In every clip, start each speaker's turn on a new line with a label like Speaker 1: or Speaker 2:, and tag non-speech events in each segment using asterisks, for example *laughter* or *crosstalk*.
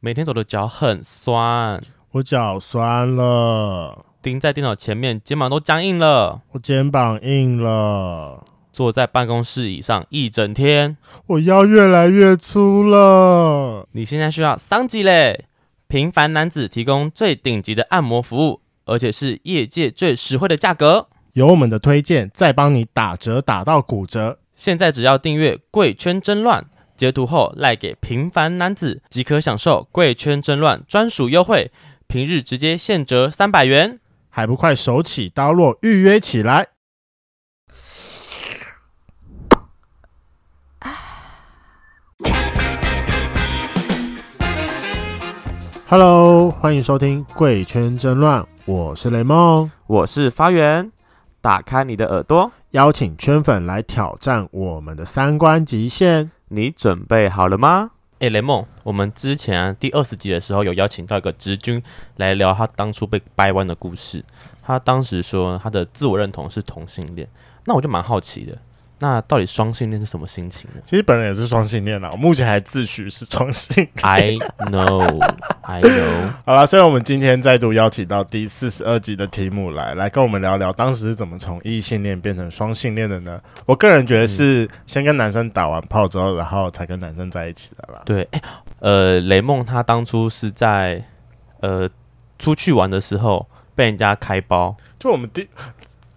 Speaker 1: 每天走的脚很酸，
Speaker 2: 我脚酸了，
Speaker 1: 盯在电脑前面，肩膀都僵硬了。
Speaker 2: 我肩膀硬了，
Speaker 1: 坐在办公室椅上一整天，
Speaker 2: 我腰越来越粗了。
Speaker 1: 你现在需要桑吉嘞！平凡男子提供最顶级的按摩服务，而且是业界最实惠的价格。
Speaker 2: 有我们的推荐，再帮你打折打到骨折。
Speaker 1: 现在只要订阅“贵圈争乱”，截图后赖给平凡男子，即可享受“贵圈争乱”专属优惠，平日直接现折三百元。
Speaker 2: 还不快手起刀落预约起来！Hello，欢迎收听《贵圈争乱》，我是雷梦，
Speaker 1: 我是发源，打开你的耳朵，
Speaker 2: 邀请圈粉来挑战我们的三观极限。
Speaker 3: 你准备好了吗？
Speaker 1: 哎，雷梦，我们之前、啊、第二十集的时候有邀请到一个直军来聊他当初被掰弯的故事。他当时说他的自我认同是同性恋，那我就蛮好奇的，那到底双性恋是什么
Speaker 3: *laughs*
Speaker 1: 心情呢
Speaker 2: 其实本人也是双性恋啦，我目前还自诩是双性。 *laughs*
Speaker 1: ？I know, I know。
Speaker 2: 好了，所以我们今天再度邀请到第四十二集的题目来，来跟我们聊聊当时是怎么从异性恋变成双性恋的呢？我个人觉得是先跟男生打完炮之后，然后才跟男生在一起的啦。
Speaker 1: 对，哎呃，雷梦他当初是在呃出去玩的时候被人家开包，
Speaker 2: 就我们第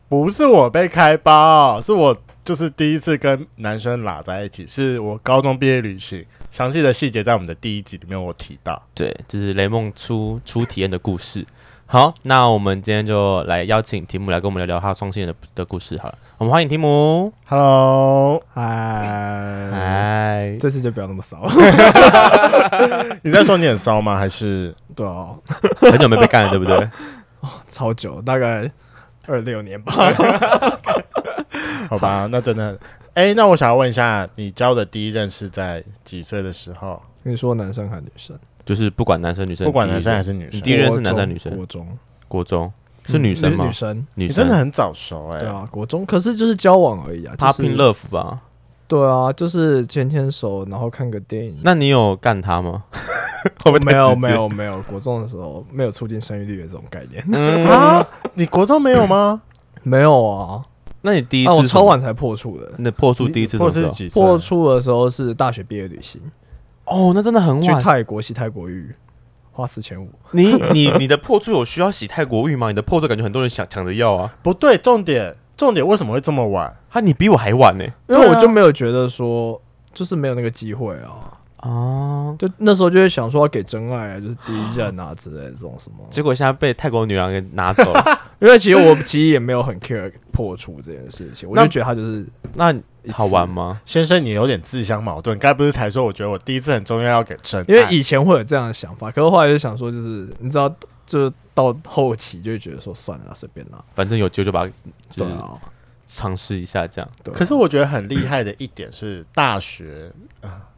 Speaker 2: 不是我被开包，是我就是第一次跟男生拉在一起，是我高中毕业旅行，详细的细节在我们的第一集里面我提到。
Speaker 1: 对，就是雷梦初初体验的故事。好，那我们今天就来邀请提姆来跟我们聊聊他双性恋的的故事好了。我们欢迎提姆，
Speaker 2: Hello，
Speaker 4: 嗨，
Speaker 1: 嗨，
Speaker 4: 这次就不要那么骚。 *laughs*
Speaker 2: 你在说你很骚吗？还是
Speaker 4: 对哦，
Speaker 1: 很久没被干了，对不对？ *laughs*
Speaker 4: 超久，大概二六年吧。
Speaker 2: *laughs* 好吧，那真的很。哎、那我想要问一下，你交的第一任是在几岁的时候？
Speaker 4: 你说男生还是女生？
Speaker 1: 就是不管男生女生，
Speaker 2: 不管男生还
Speaker 1: 是
Speaker 2: 是女生
Speaker 1: 第，一任是男生还是女生
Speaker 4: 国中嗯
Speaker 1: 国中是女生吗？
Speaker 4: 女生，
Speaker 1: 女
Speaker 2: 你
Speaker 1: 生
Speaker 2: 真的很早熟哎、
Speaker 4: 对啊，国中。可是就是交往而已啊。就是
Speaker 1: popping love 吧？
Speaker 4: 对啊，就是牵牵手，然后看个电影。
Speaker 1: 那你有干他吗？
Speaker 2: *laughs* 会不会太
Speaker 4: 没有
Speaker 2: 直接
Speaker 4: 没有没有，国中的时候没有促进生育率的这种概念， *laughs*
Speaker 2: 啊？你国中没有吗？
Speaker 4: 嗯没有啊。
Speaker 1: 那你第一次
Speaker 4: 啊，我
Speaker 1: 是
Speaker 4: 超
Speaker 1: 什么，
Speaker 4: 晚才破处的。
Speaker 1: 那破处第一次什
Speaker 2: 或
Speaker 1: 么时
Speaker 2: 是
Speaker 1: 候？
Speaker 2: 几岁？
Speaker 4: 破处的时候是大学毕业旅行，
Speaker 1: 哦，那真的很
Speaker 4: 去
Speaker 1: 晚。
Speaker 4: 泰国洗泰国浴，花四千五。
Speaker 1: 你你你的破处有需要洗泰国浴吗？你的破处感觉很多人想抢着要啊。
Speaker 2: 不对，重点重点为什么会这么晚？
Speaker 1: 哈，你比我还晚呢、
Speaker 4: 因为
Speaker 2: 对啊
Speaker 4: 我就没有觉得说，就是没有那个机会啊。
Speaker 1: 哦，
Speaker 4: 就那时候就会想说要给真爱啊，就是第一任啊之类的这种什么。
Speaker 1: 结果现在被泰国女郎给拿走了。
Speaker 4: 因为其实我其实也没有很 care 破除这件事 *laughs* 情，我
Speaker 2: 那
Speaker 4: 就觉得他就是
Speaker 1: 那
Speaker 4: 一次
Speaker 1: 好玩。吗？
Speaker 2: 先生，你有点自相矛盾。该不是才说我觉得我第一次很重要要给真爱？
Speaker 4: 因为以前会有这样的想法，可是后来就想说，就是你知道，就是到后期就会觉得说算了啦，随便啦。
Speaker 1: 反正有救就把它就
Speaker 4: 对
Speaker 1: 是
Speaker 4: 啊，
Speaker 1: 尝试一下这样，
Speaker 4: 对啊
Speaker 2: 可是我觉得很厉害的一点是大学。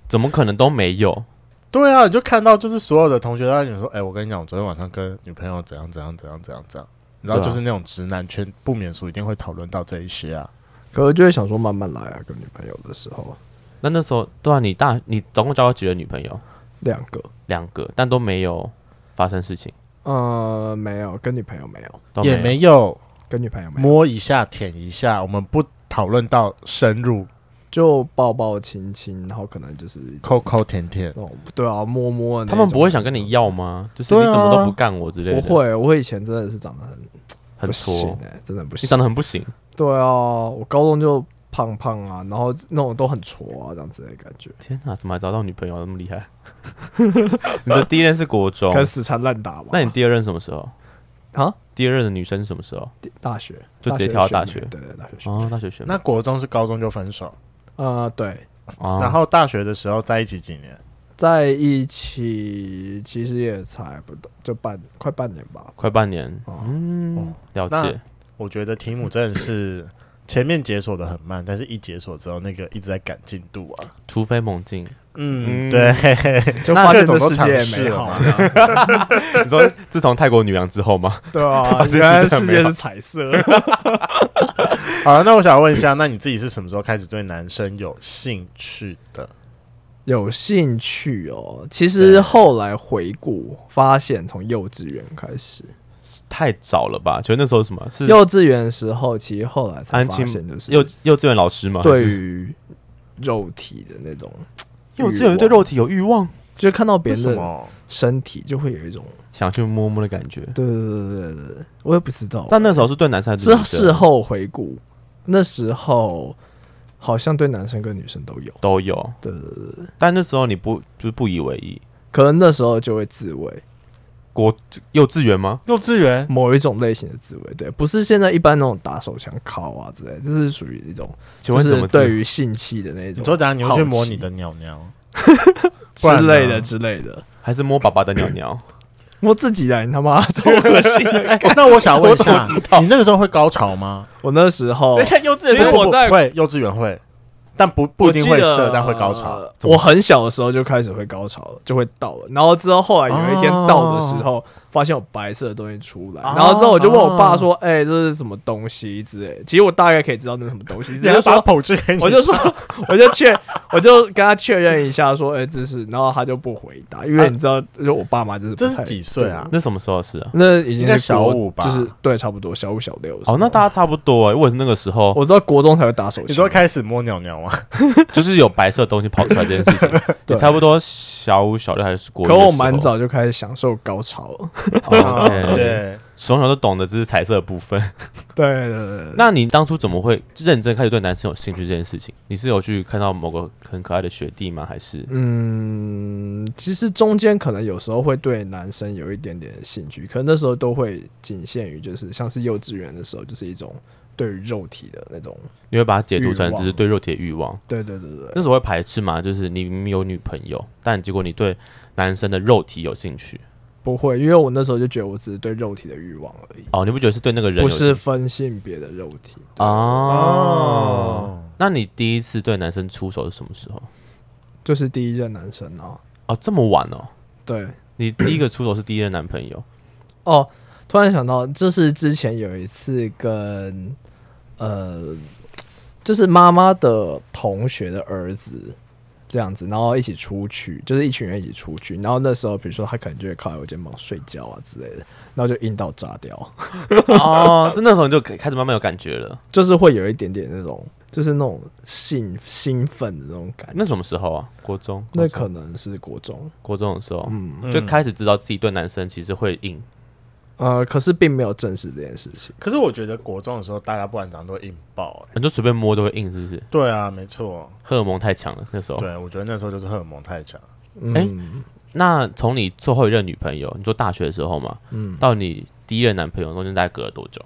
Speaker 1: 怎么可能都没有？
Speaker 2: 对啊，你就看到就是所有的同学都在讲说，哎、我跟你讲，我昨天晚上跟女朋友怎样怎样怎样怎样怎样，你知道，
Speaker 1: 对啊
Speaker 2: 就是那种直男圈不免俗一定会讨论到这一些啊。
Speaker 4: 可是就会想说慢慢来啊，跟女朋友的时候
Speaker 1: 那那时候对啊，你大你总共交了几个女朋友？
Speaker 4: 两个，
Speaker 1: 两个，但都没有发生事情，
Speaker 4: 呃，没有跟女朋友没有
Speaker 1: 都没
Speaker 2: 也
Speaker 1: 有
Speaker 2: 没有
Speaker 4: 跟女朋友没有，
Speaker 2: 摸一下、舔一下，我们不讨论到深入，
Speaker 4: 就抱抱亲亲，然后可能就是
Speaker 2: 抠抠舔舔。
Speaker 4: 那种对啊，摸摸的那
Speaker 1: 他们不会
Speaker 4: 种
Speaker 1: 想跟你要吗？就是
Speaker 2: 对
Speaker 1: 你
Speaker 2: 啊
Speaker 1: 怎么都不干我之类的，
Speaker 4: 不会，我以前真的是长得很
Speaker 1: 很
Speaker 4: 不行
Speaker 1: 挫，
Speaker 4: 哎、真的不
Speaker 1: 你
Speaker 4: 行。
Speaker 1: 长得很不行。
Speaker 4: 对啊，我高中就胖胖啊，然后那种都很挫啊，这样子的感觉，
Speaker 1: 天哪，怎么还找到女朋友那么厉害？ *laughs* 你的第一任是国中，
Speaker 4: 跟死缠烂打吧。
Speaker 1: 那你第二任什么时候？
Speaker 4: 啊，
Speaker 1: 第二任的女生是什么时候？
Speaker 4: 大学
Speaker 1: 就直接跳到大
Speaker 4: 学
Speaker 1: 学
Speaker 4: 妹，对对，大学学妹。
Speaker 1: 哦，大学学妹。
Speaker 2: 那国中是高中就分手，
Speaker 4: 呃，对，
Speaker 1: 哦
Speaker 2: 然后大学的时候在一起几年？
Speaker 4: 在一起其实也才不到就半快半年吧。
Speaker 1: 快半年，
Speaker 4: 哦
Speaker 1: 嗯，了
Speaker 2: 那
Speaker 1: 解。
Speaker 2: 我觉得题目真的是前面解锁的很慢，但是一解锁之后，那个一直在赶进度啊。
Speaker 1: 突飞猛进，嗯
Speaker 2: 嗯，对，
Speaker 4: 就
Speaker 2: 那
Speaker 4: 发现
Speaker 2: 各种
Speaker 4: 这
Speaker 2: 都
Speaker 4: 世界
Speaker 2: 尝试
Speaker 4: 也美
Speaker 2: 了
Speaker 4: 好
Speaker 2: 嘛
Speaker 4: 啊，这样
Speaker 1: *laughs*
Speaker 4: 子
Speaker 1: 你说自从泰国女郎之后吗？
Speaker 4: *laughs* 对啊，
Speaker 1: 现
Speaker 4: 原来
Speaker 1: 世界
Speaker 4: 世
Speaker 1: 美
Speaker 4: 界
Speaker 1: 好
Speaker 4: 是彩色。
Speaker 2: *laughs* 好了，那我想问一下，那你自己是什么时候开始对男生有兴趣的？
Speaker 4: 有兴趣哦。其实后来回顾发现，从幼稚园开始，
Speaker 1: 太早了吧？就那时候什么是
Speaker 4: 幼稚园的时候，其实后来才
Speaker 1: 安
Speaker 4: 发
Speaker 1: 亲
Speaker 4: 现，就是
Speaker 1: 幼幼稚园老师吗？还
Speaker 4: 对
Speaker 1: 是
Speaker 4: 于肉体的那种，
Speaker 1: 幼稚园对肉体有欲望，
Speaker 4: 就是看到别
Speaker 2: 为
Speaker 4: 人
Speaker 2: 什
Speaker 4: 的
Speaker 2: 么？
Speaker 4: 身体，就会有一种
Speaker 1: 想去摸摸的感觉。
Speaker 4: 对对对对对对，我也不知道。
Speaker 1: 但那时候是对男生还是
Speaker 4: 是
Speaker 1: 对
Speaker 4: 啊
Speaker 1: 女生
Speaker 4: 事后回顾，那时候好像对男生跟女生都有，
Speaker 1: 都有，
Speaker 4: 对对对对，
Speaker 1: 但那时候你不就是不以为意。
Speaker 4: 可能那时候就会自慰，
Speaker 1: 国幼稚园吗？
Speaker 2: 幼稚园
Speaker 4: 某一种类型的自慰，对，不是现在一般那种打手枪铐啊之类，就是属于一种
Speaker 1: 请
Speaker 4: 就
Speaker 1: 问怎
Speaker 4: 是
Speaker 1: 么
Speaker 4: 对
Speaker 1: 于
Speaker 4: 于性器的那
Speaker 2: 你
Speaker 4: 种
Speaker 2: 说等下你会去摸
Speaker 4: 好奇
Speaker 2: 你的鸟鸟， *laughs*
Speaker 4: 之
Speaker 2: 不然呢
Speaker 4: 类的之类的，
Speaker 1: 还是摸爸爸的鸟鸟？
Speaker 4: 摸自己的，你他妈这么恶
Speaker 2: *laughs*
Speaker 4: 心的
Speaker 2: 哎
Speaker 4: 感觉。
Speaker 2: 那我想问一
Speaker 1: 我怎
Speaker 2: 下，你那个时候会高潮吗？
Speaker 4: 我那
Speaker 2: *laughs*
Speaker 4: 时候
Speaker 1: 等一下 *laughs* 幼稚
Speaker 4: 其实
Speaker 1: 园
Speaker 4: 我在
Speaker 2: 不会，幼稚园会，但不不一定会射，但会高潮。
Speaker 4: 呃
Speaker 1: 怎么
Speaker 4: 我很小的时候就开始会高潮了，就会到了。然后之后后来有一天到的时候，
Speaker 2: 哦
Speaker 4: 发现有白色的东西出来，
Speaker 1: 哦
Speaker 4: 然后之后我就问我爸说：“哎、这是什么东西？”之类的。其实我大概可以知道那是什么东西，只
Speaker 2: 人
Speaker 4: 是
Speaker 2: 家把
Speaker 4: 说。
Speaker 2: 捧去给你，
Speaker 4: *laughs* 我就说，我就确，我就跟他确认一下，说，哎、这是，然后他就不回答，因为你知道，就我爸妈就是不
Speaker 2: 哎这
Speaker 4: 太
Speaker 2: 是几岁啊？
Speaker 1: 那什么时候的事啊？
Speaker 4: 那已
Speaker 2: 应
Speaker 4: 经是
Speaker 2: 该小
Speaker 4: 国
Speaker 2: 五吧
Speaker 4: 就是对，差不多小五小六的时候。
Speaker 1: 哦，那大家差不多哎、我也是那个时候，
Speaker 4: 我到国中才会打手枪，
Speaker 2: 你说开始摸鸟鸟吗？
Speaker 1: 就是有白色的东西跑出来这件事情，也
Speaker 4: *laughs* 对
Speaker 1: 差不多小五、小六还是国一
Speaker 4: 可
Speaker 1: 的时候。
Speaker 4: 我蛮早就开始享受高潮了。 *laughs*
Speaker 1: 哦，OK
Speaker 2: *laughs* 对，
Speaker 1: 从小就懂得这是彩色的部分。
Speaker 4: 对对对对，
Speaker 1: 那你当初怎么会认真开始对男生有兴趣这件事情？你是有去看到某个很可爱的学弟吗？还是
Speaker 4: 嗯，其实中间可能有时候会对男生有一点点兴趣，可能那时候都会仅限于就是像是幼稚园的时候，就是一种对于肉体的那种，
Speaker 1: 你会把它解读成
Speaker 4: 欲望
Speaker 1: 只是对肉体的欲望？
Speaker 4: 对对对对
Speaker 1: 那
Speaker 4: 对，
Speaker 1: 时候会排斥吗？就是你明明有女朋友，但结果你对男生的肉体有兴趣
Speaker 4: 不会，因为我那时候就觉得我只是对肉体的欲望而已，
Speaker 1: 哦？你不觉得是对那个人有
Speaker 4: 不
Speaker 1: 兴趣
Speaker 4: 是分性别的肉体。
Speaker 1: 哦？
Speaker 2: 哦，
Speaker 1: 那你第一次对男生出手是什么时候？
Speaker 4: 就是第一任男生啊，
Speaker 1: 哦，这么晚哦？
Speaker 4: 对
Speaker 1: 你第一个出手是第一任男朋友，
Speaker 4: 哦，突然想到，就是之前有一次跟呃，就是妈妈的同学的儿子这样子，然后一起出去，就是一群人一起出去，然后那时候比如说他可能就会靠在我肩膀睡觉啊之类的，然后就硬到炸掉， *laughs*
Speaker 1: 哦，就那时候你就开始慢慢有感觉了。
Speaker 4: 就是会有一点点那种，就是那种兴兴奋的那种感觉。
Speaker 1: 那什么时候啊？国中？
Speaker 4: 那
Speaker 1: 高中
Speaker 4: 可能是国中，
Speaker 1: 国中的时候，啊
Speaker 4: 嗯，
Speaker 1: 就
Speaker 2: 嗯
Speaker 1: 开始知道自己对男生其实会硬。
Speaker 4: 呃，可是并没有证实这件事情。
Speaker 2: 可是我觉得国中的时候，大家不管怎样都会硬爆。哎
Speaker 1: 你就随便摸都会硬，是不是？
Speaker 2: 对啊，没错。
Speaker 1: 荷尔蒙太强了那时候。
Speaker 2: 对，我觉得那时候就是荷尔蒙太强。
Speaker 4: 嗯、
Speaker 1: 哎那从你最后一任女朋友，你说大学的时候嘛，
Speaker 4: 嗯，
Speaker 1: 到你第一任男朋友中间大概隔了多久？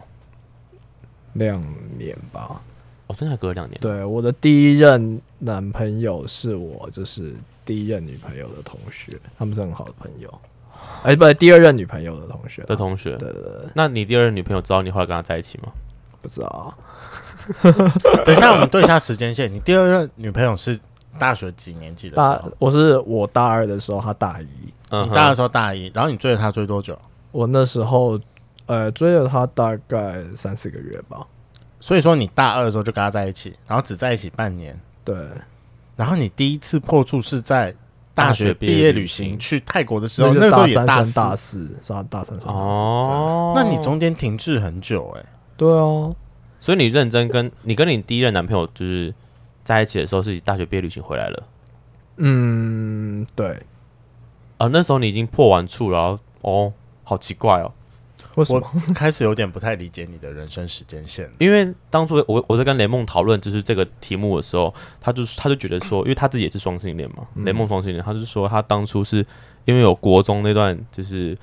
Speaker 4: 两年吧，
Speaker 1: 哦，真的还隔了两年。
Speaker 4: 对，我的第一任男朋友是我就是第一任女朋友的同学，他们是很好的朋友。哎、不是第二任女朋友的同学啦，
Speaker 1: 的同学，
Speaker 4: 对对对，
Speaker 1: 那你第二任女朋友知道你后来跟她在一起吗？
Speaker 4: 不知道，
Speaker 2: 等一下，我 *laughs* 们对一下时间线。你第二任女朋友是大学几年级的时
Speaker 4: 大
Speaker 2: 候？
Speaker 4: 我是我大二的时候，他大一，
Speaker 1: 嗯
Speaker 2: 你
Speaker 1: 哼，
Speaker 2: 大的时候大一，然后你追了她追多久？
Speaker 4: 我那时候呃追了他大概三四个月吧，
Speaker 2: 所以说你大二的时候就跟她在一起，然后只在一起半年。
Speaker 4: 对，
Speaker 2: 然后你第一次破处是在大学毕业旅行去泰国的时候，
Speaker 4: 就
Speaker 2: 哦那时候也
Speaker 4: 大
Speaker 2: 大
Speaker 4: 三
Speaker 2: 四
Speaker 4: 升，大四，是他大三升大四，
Speaker 1: 哦，
Speaker 2: 那你中间停滞很久哎、
Speaker 4: 对哦，
Speaker 1: 所以你认真跟你跟你第一任男朋友就是在一起的时候，是你大学毕业旅行回来了
Speaker 4: 嗯，对，
Speaker 1: 啊、那时候你已经破完处了，然后哦，好奇怪哦，
Speaker 4: 为什
Speaker 2: 我
Speaker 4: 么？
Speaker 2: 开始有点不太理解你的人生时间线。
Speaker 1: 因为当初我我在跟雷梦讨论就是这个题目的时候，他就是他就觉得说，因为他自己也是双性恋嘛，
Speaker 4: 嗯
Speaker 1: 雷梦双性恋，他就说他当初是因为有国中那段就是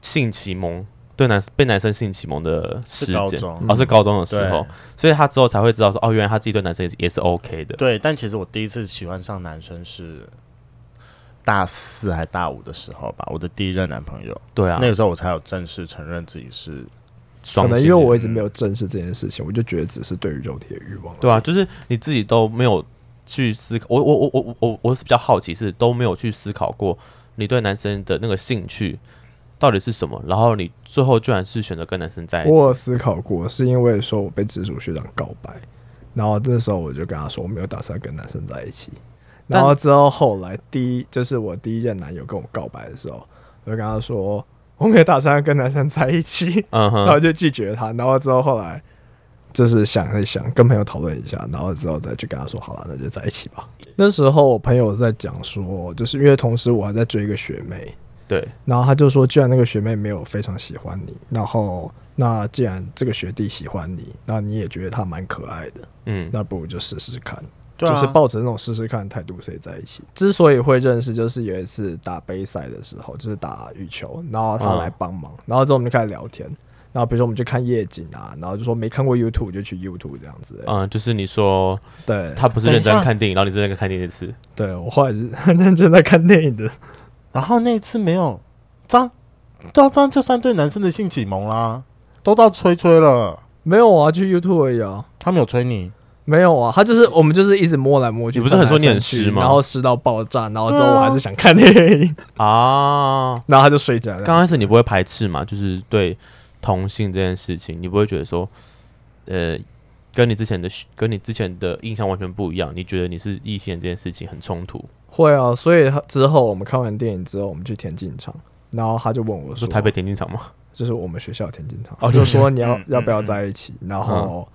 Speaker 1: 性启蒙，对男被男生性启蒙的事
Speaker 2: 是高
Speaker 1: 件，
Speaker 2: 中
Speaker 1: 哦是高中的时
Speaker 2: 对
Speaker 1: 候，
Speaker 4: 嗯
Speaker 1: 所以他之后才会知道说，哦原来他自己对男生也是也是 OK 的，
Speaker 2: 对，但其实我第一次喜欢上男生是大四还大五的时候吧，我的第一任男朋友，
Speaker 1: 对啊，
Speaker 2: 那个时候我才有正式承认自己是
Speaker 1: 双
Speaker 4: 可
Speaker 1: 性恋
Speaker 4: 能因为
Speaker 2: 嗯
Speaker 4: 我一直没有正视这件事情，我就觉得只是对于肉体的欲望而已，
Speaker 1: 对啊，就是你自己都没有去思考，我我我我我我是比较好奇，是都没有去思考过你对男生的那个兴趣到底是什么，然后你最后居然是选择跟男生在一起
Speaker 4: 我，有思考过，是因为说我被直属学长告白，然后那时候我就跟他说我没有打算跟男生在一起，然后之后后来第一就是我第一任男友跟我告白的时候，我就跟他说我没有打算要跟男生在一起，
Speaker 1: 嗯
Speaker 4: *laughs* 然后
Speaker 1: 哼，
Speaker 4: 就拒绝他。然后之后后来就是想一想，跟朋友讨论一下，然后之后再去跟他说好了，那就在一起吧。那时候我朋友在讲说，就是因为同时我还在追一个学妹，
Speaker 1: 对，
Speaker 4: 然后他就说，既然那个学妹没有非常喜欢你，然后那既然这个学弟喜欢你，那你也觉得他蛮可爱的，
Speaker 1: 嗯，
Speaker 4: 那不如就试试看。
Speaker 2: 对啊
Speaker 4: 就是抱着那种试试看的态度，所以在一起。之所以会认识，就是有一次打杯赛的时候，就是打羽球，然后他来帮忙，然后之后我们就开始聊天。然后比如说我们去看夜景啊，然后就说没看过 YouTube 就去 YouTube 这样子、
Speaker 2: 啊
Speaker 1: 嗯，就是你说
Speaker 4: 对，
Speaker 1: 他不是
Speaker 2: 等一
Speaker 1: 认真
Speaker 2: 下
Speaker 1: 看电影，然后你是认真看电视，
Speaker 4: 对我后来是 *laughs* 很认真在看电影的。
Speaker 2: 然后那一次没有，这样对啊，这样就算对男生的性启蒙啦，都到吹吹了，
Speaker 4: 没有啊，去 YouTube 而已啊。
Speaker 2: 他没有吹你，
Speaker 4: 没有啊，他就是我们就是一直摸来摸去，
Speaker 1: 你不是很说
Speaker 4: 翻来
Speaker 1: 你很
Speaker 4: 翻去
Speaker 1: 湿吗
Speaker 4: 然后湿到爆炸，然后之后
Speaker 2: 对啊
Speaker 4: 我还是想看电影，
Speaker 1: 啊，
Speaker 4: 然后他就睡着了。
Speaker 1: 刚开始你不会排斥嘛？就是对同性这件事情，你不会觉得说，呃，跟你之前的跟你之前的印象完全不一样，你觉得你是异性恋这件事情很冲突，
Speaker 4: 会啊，所以他之后我们看完电影之后，我们去田径场，然后他就问我
Speaker 1: 我说
Speaker 4: 说：“
Speaker 1: 台北田径场嘛，
Speaker 4: 就是我们学校的田径场，
Speaker 1: 哦嗯
Speaker 4: 就
Speaker 1: 你
Speaker 4: 说你要、
Speaker 2: 嗯
Speaker 4: 要不要在一起，然后、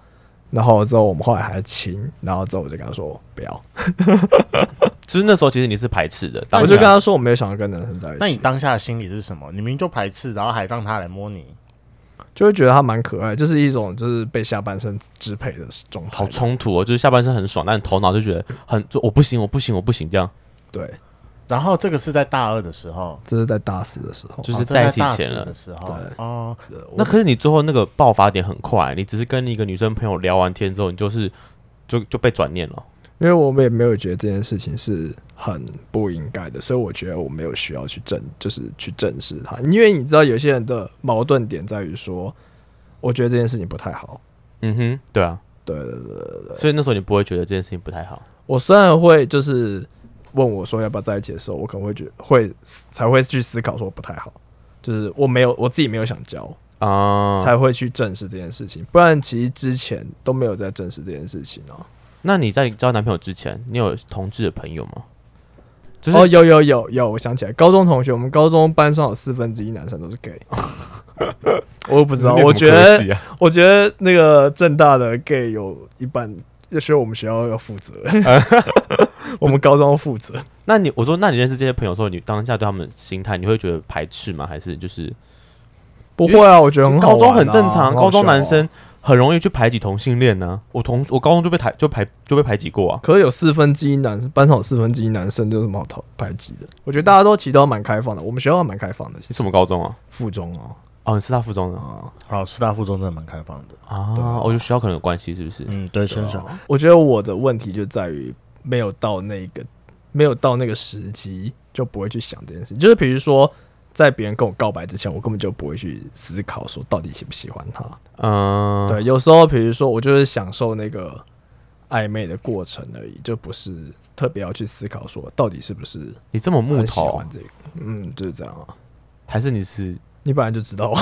Speaker 4: 然后之后我们后来还亲，然后之后我就跟他说不要，
Speaker 1: 就是那时候其实你是排斥的，
Speaker 2: 那
Speaker 1: 当
Speaker 4: 我
Speaker 2: 你
Speaker 4: 就
Speaker 1: 下
Speaker 4: 跟他说我没有想要跟男生在
Speaker 2: 那
Speaker 4: 一
Speaker 2: 你
Speaker 4: 起，
Speaker 2: 当下的心理是什么？你明明就排斥，然后还让他来摸你，
Speaker 4: 就会觉得他蛮可爱，就是一种就是被下半身支配的状态，
Speaker 1: 好冲突哦，就是下半身很爽，但头脑就觉得很就我不行，我不行，我不行，这样
Speaker 4: 对，
Speaker 2: 然后这个是在大二的时候，
Speaker 4: 这是在大四的时候，
Speaker 1: 就
Speaker 2: 哦
Speaker 1: 是
Speaker 2: 这
Speaker 1: 在一起
Speaker 2: 大四
Speaker 1: 前了
Speaker 2: 的。时候
Speaker 4: 对
Speaker 2: 哦，
Speaker 1: 那可是你最后那个爆发点很快，你只是跟一个女生朋友聊完天之后，你就是就就被转念了。
Speaker 4: 因为我们也没有觉得这件事情是很不应该的，所以我觉得我没有需要去正，就是去正视它。因为你知道，有些人的矛盾点在于说，我觉得这件事情不太好。
Speaker 1: 嗯哼，对啊，
Speaker 4: 对对对对对，
Speaker 1: 所以那时候你不会觉得这件事情不太好。
Speaker 4: 我虽然会就是问我说要不要在一起的时候，我可能会觉会才会去思考说不太好，就是我没有我自己没有想交，
Speaker 1: 啊、
Speaker 4: 才会去正视这件事情。不哦然其实之前都没有在正视这件事情啊。
Speaker 1: 那你在交男朋友之前，你有同志的朋友吗？就是、
Speaker 4: 哦，有有有有，我想起来，高中同学，我们高中班上有四分之一男生都是 gay，我也不知道，啊我觉得，
Speaker 1: 啊
Speaker 4: 我觉得那个正大的 gay 有一半，要学我们学校要负 *laughs* 责，我们高中要负责，
Speaker 1: *laughs* 那你我说，那你认识这些朋友的时候，你当下对他们的心态，你会觉得排斥吗？还是就是
Speaker 4: 不会啊，我觉得很好、
Speaker 1: 高中很正常，高中男，
Speaker 4: 好啊
Speaker 1: 生很容易去排挤同性恋呢、我同我高中就被排就排就被排挤过啊。
Speaker 4: 笑啊可是有四分之一男生，班上有四分之一男生，这有什么好讨排挤的？我觉得大家都其实都蛮开放的，我们学校蛮开放的，其
Speaker 1: 你
Speaker 4: 实
Speaker 1: 什么高中啊？
Speaker 4: 附中哦，
Speaker 1: 哦，你师大附中的
Speaker 4: 啊，
Speaker 2: 老师大附中真的蛮开放的，
Speaker 1: 啊？
Speaker 4: 对啊
Speaker 1: 我觉得学校可能有关系，是不是？
Speaker 2: 嗯，对，身
Speaker 1: 啊
Speaker 2: 上
Speaker 4: 我觉得我的问题就在于没有到那个没有到那个时机，就不会去想这件事情。就是比如说，在别人跟我告白之前，我根本就不会去思考说到底喜不喜欢他。
Speaker 1: 嗯，
Speaker 4: 对，有时候比如说，我就是享受那个暧昧的过程而已，就不是特别要去思考说到底是不是
Speaker 1: 你这么木
Speaker 4: 很喜
Speaker 1: 头
Speaker 4: 欢，这个。嗯，就是这样啊。
Speaker 1: 还是你是？
Speaker 4: 你本来就知道
Speaker 1: *laughs*
Speaker 4: 啊，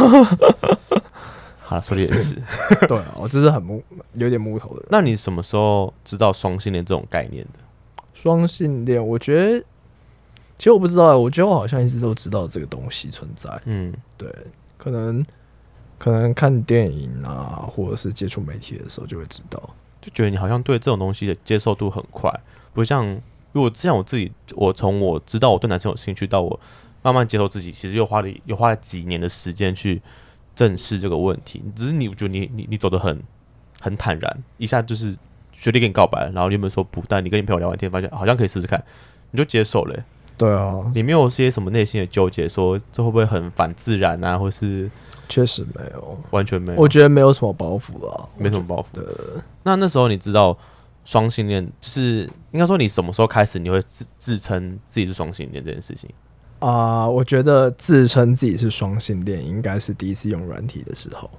Speaker 1: 好了，说的也是。 *laughs*
Speaker 4: 对啊，我就是很木，有点木头的人。
Speaker 1: 那你什么时候知道双性恋这种概念的？
Speaker 4: 双性恋，我觉得，其实我不知道欸，我觉得我好像一直都知道这个东西存在。
Speaker 1: 嗯，
Speaker 4: 对，可能可能看电影啊，或者是接触媒体的时候就会知道。
Speaker 1: 就觉得你好像对这种东西的接受度很快，不像如果这样我自己，我从我知道我对男生有兴趣到我慢慢接受自己，其实又花了又花了几年的时间去正视这个问题。只是你我觉得你你你走得很很坦然，一下就是学弟跟你告白，然后你有没有说不？但你跟你朋友聊完天，发现好像可以试试看，你就接受了欸、
Speaker 4: 对啊，
Speaker 1: 你没有些什么内心的纠结，说这会不会很反自然啊，或是
Speaker 4: 确实没有，
Speaker 1: 完全没有？
Speaker 4: 我觉得没有什么包袱啦。
Speaker 1: 没什么包袱。
Speaker 4: 对
Speaker 1: 那那时候你知道双性恋，就是应该说你什么时候开始你会自自称自己是双性恋这件事情？
Speaker 4: 啊、我觉得自称自己是双性恋，应该是第一次用软体的时候。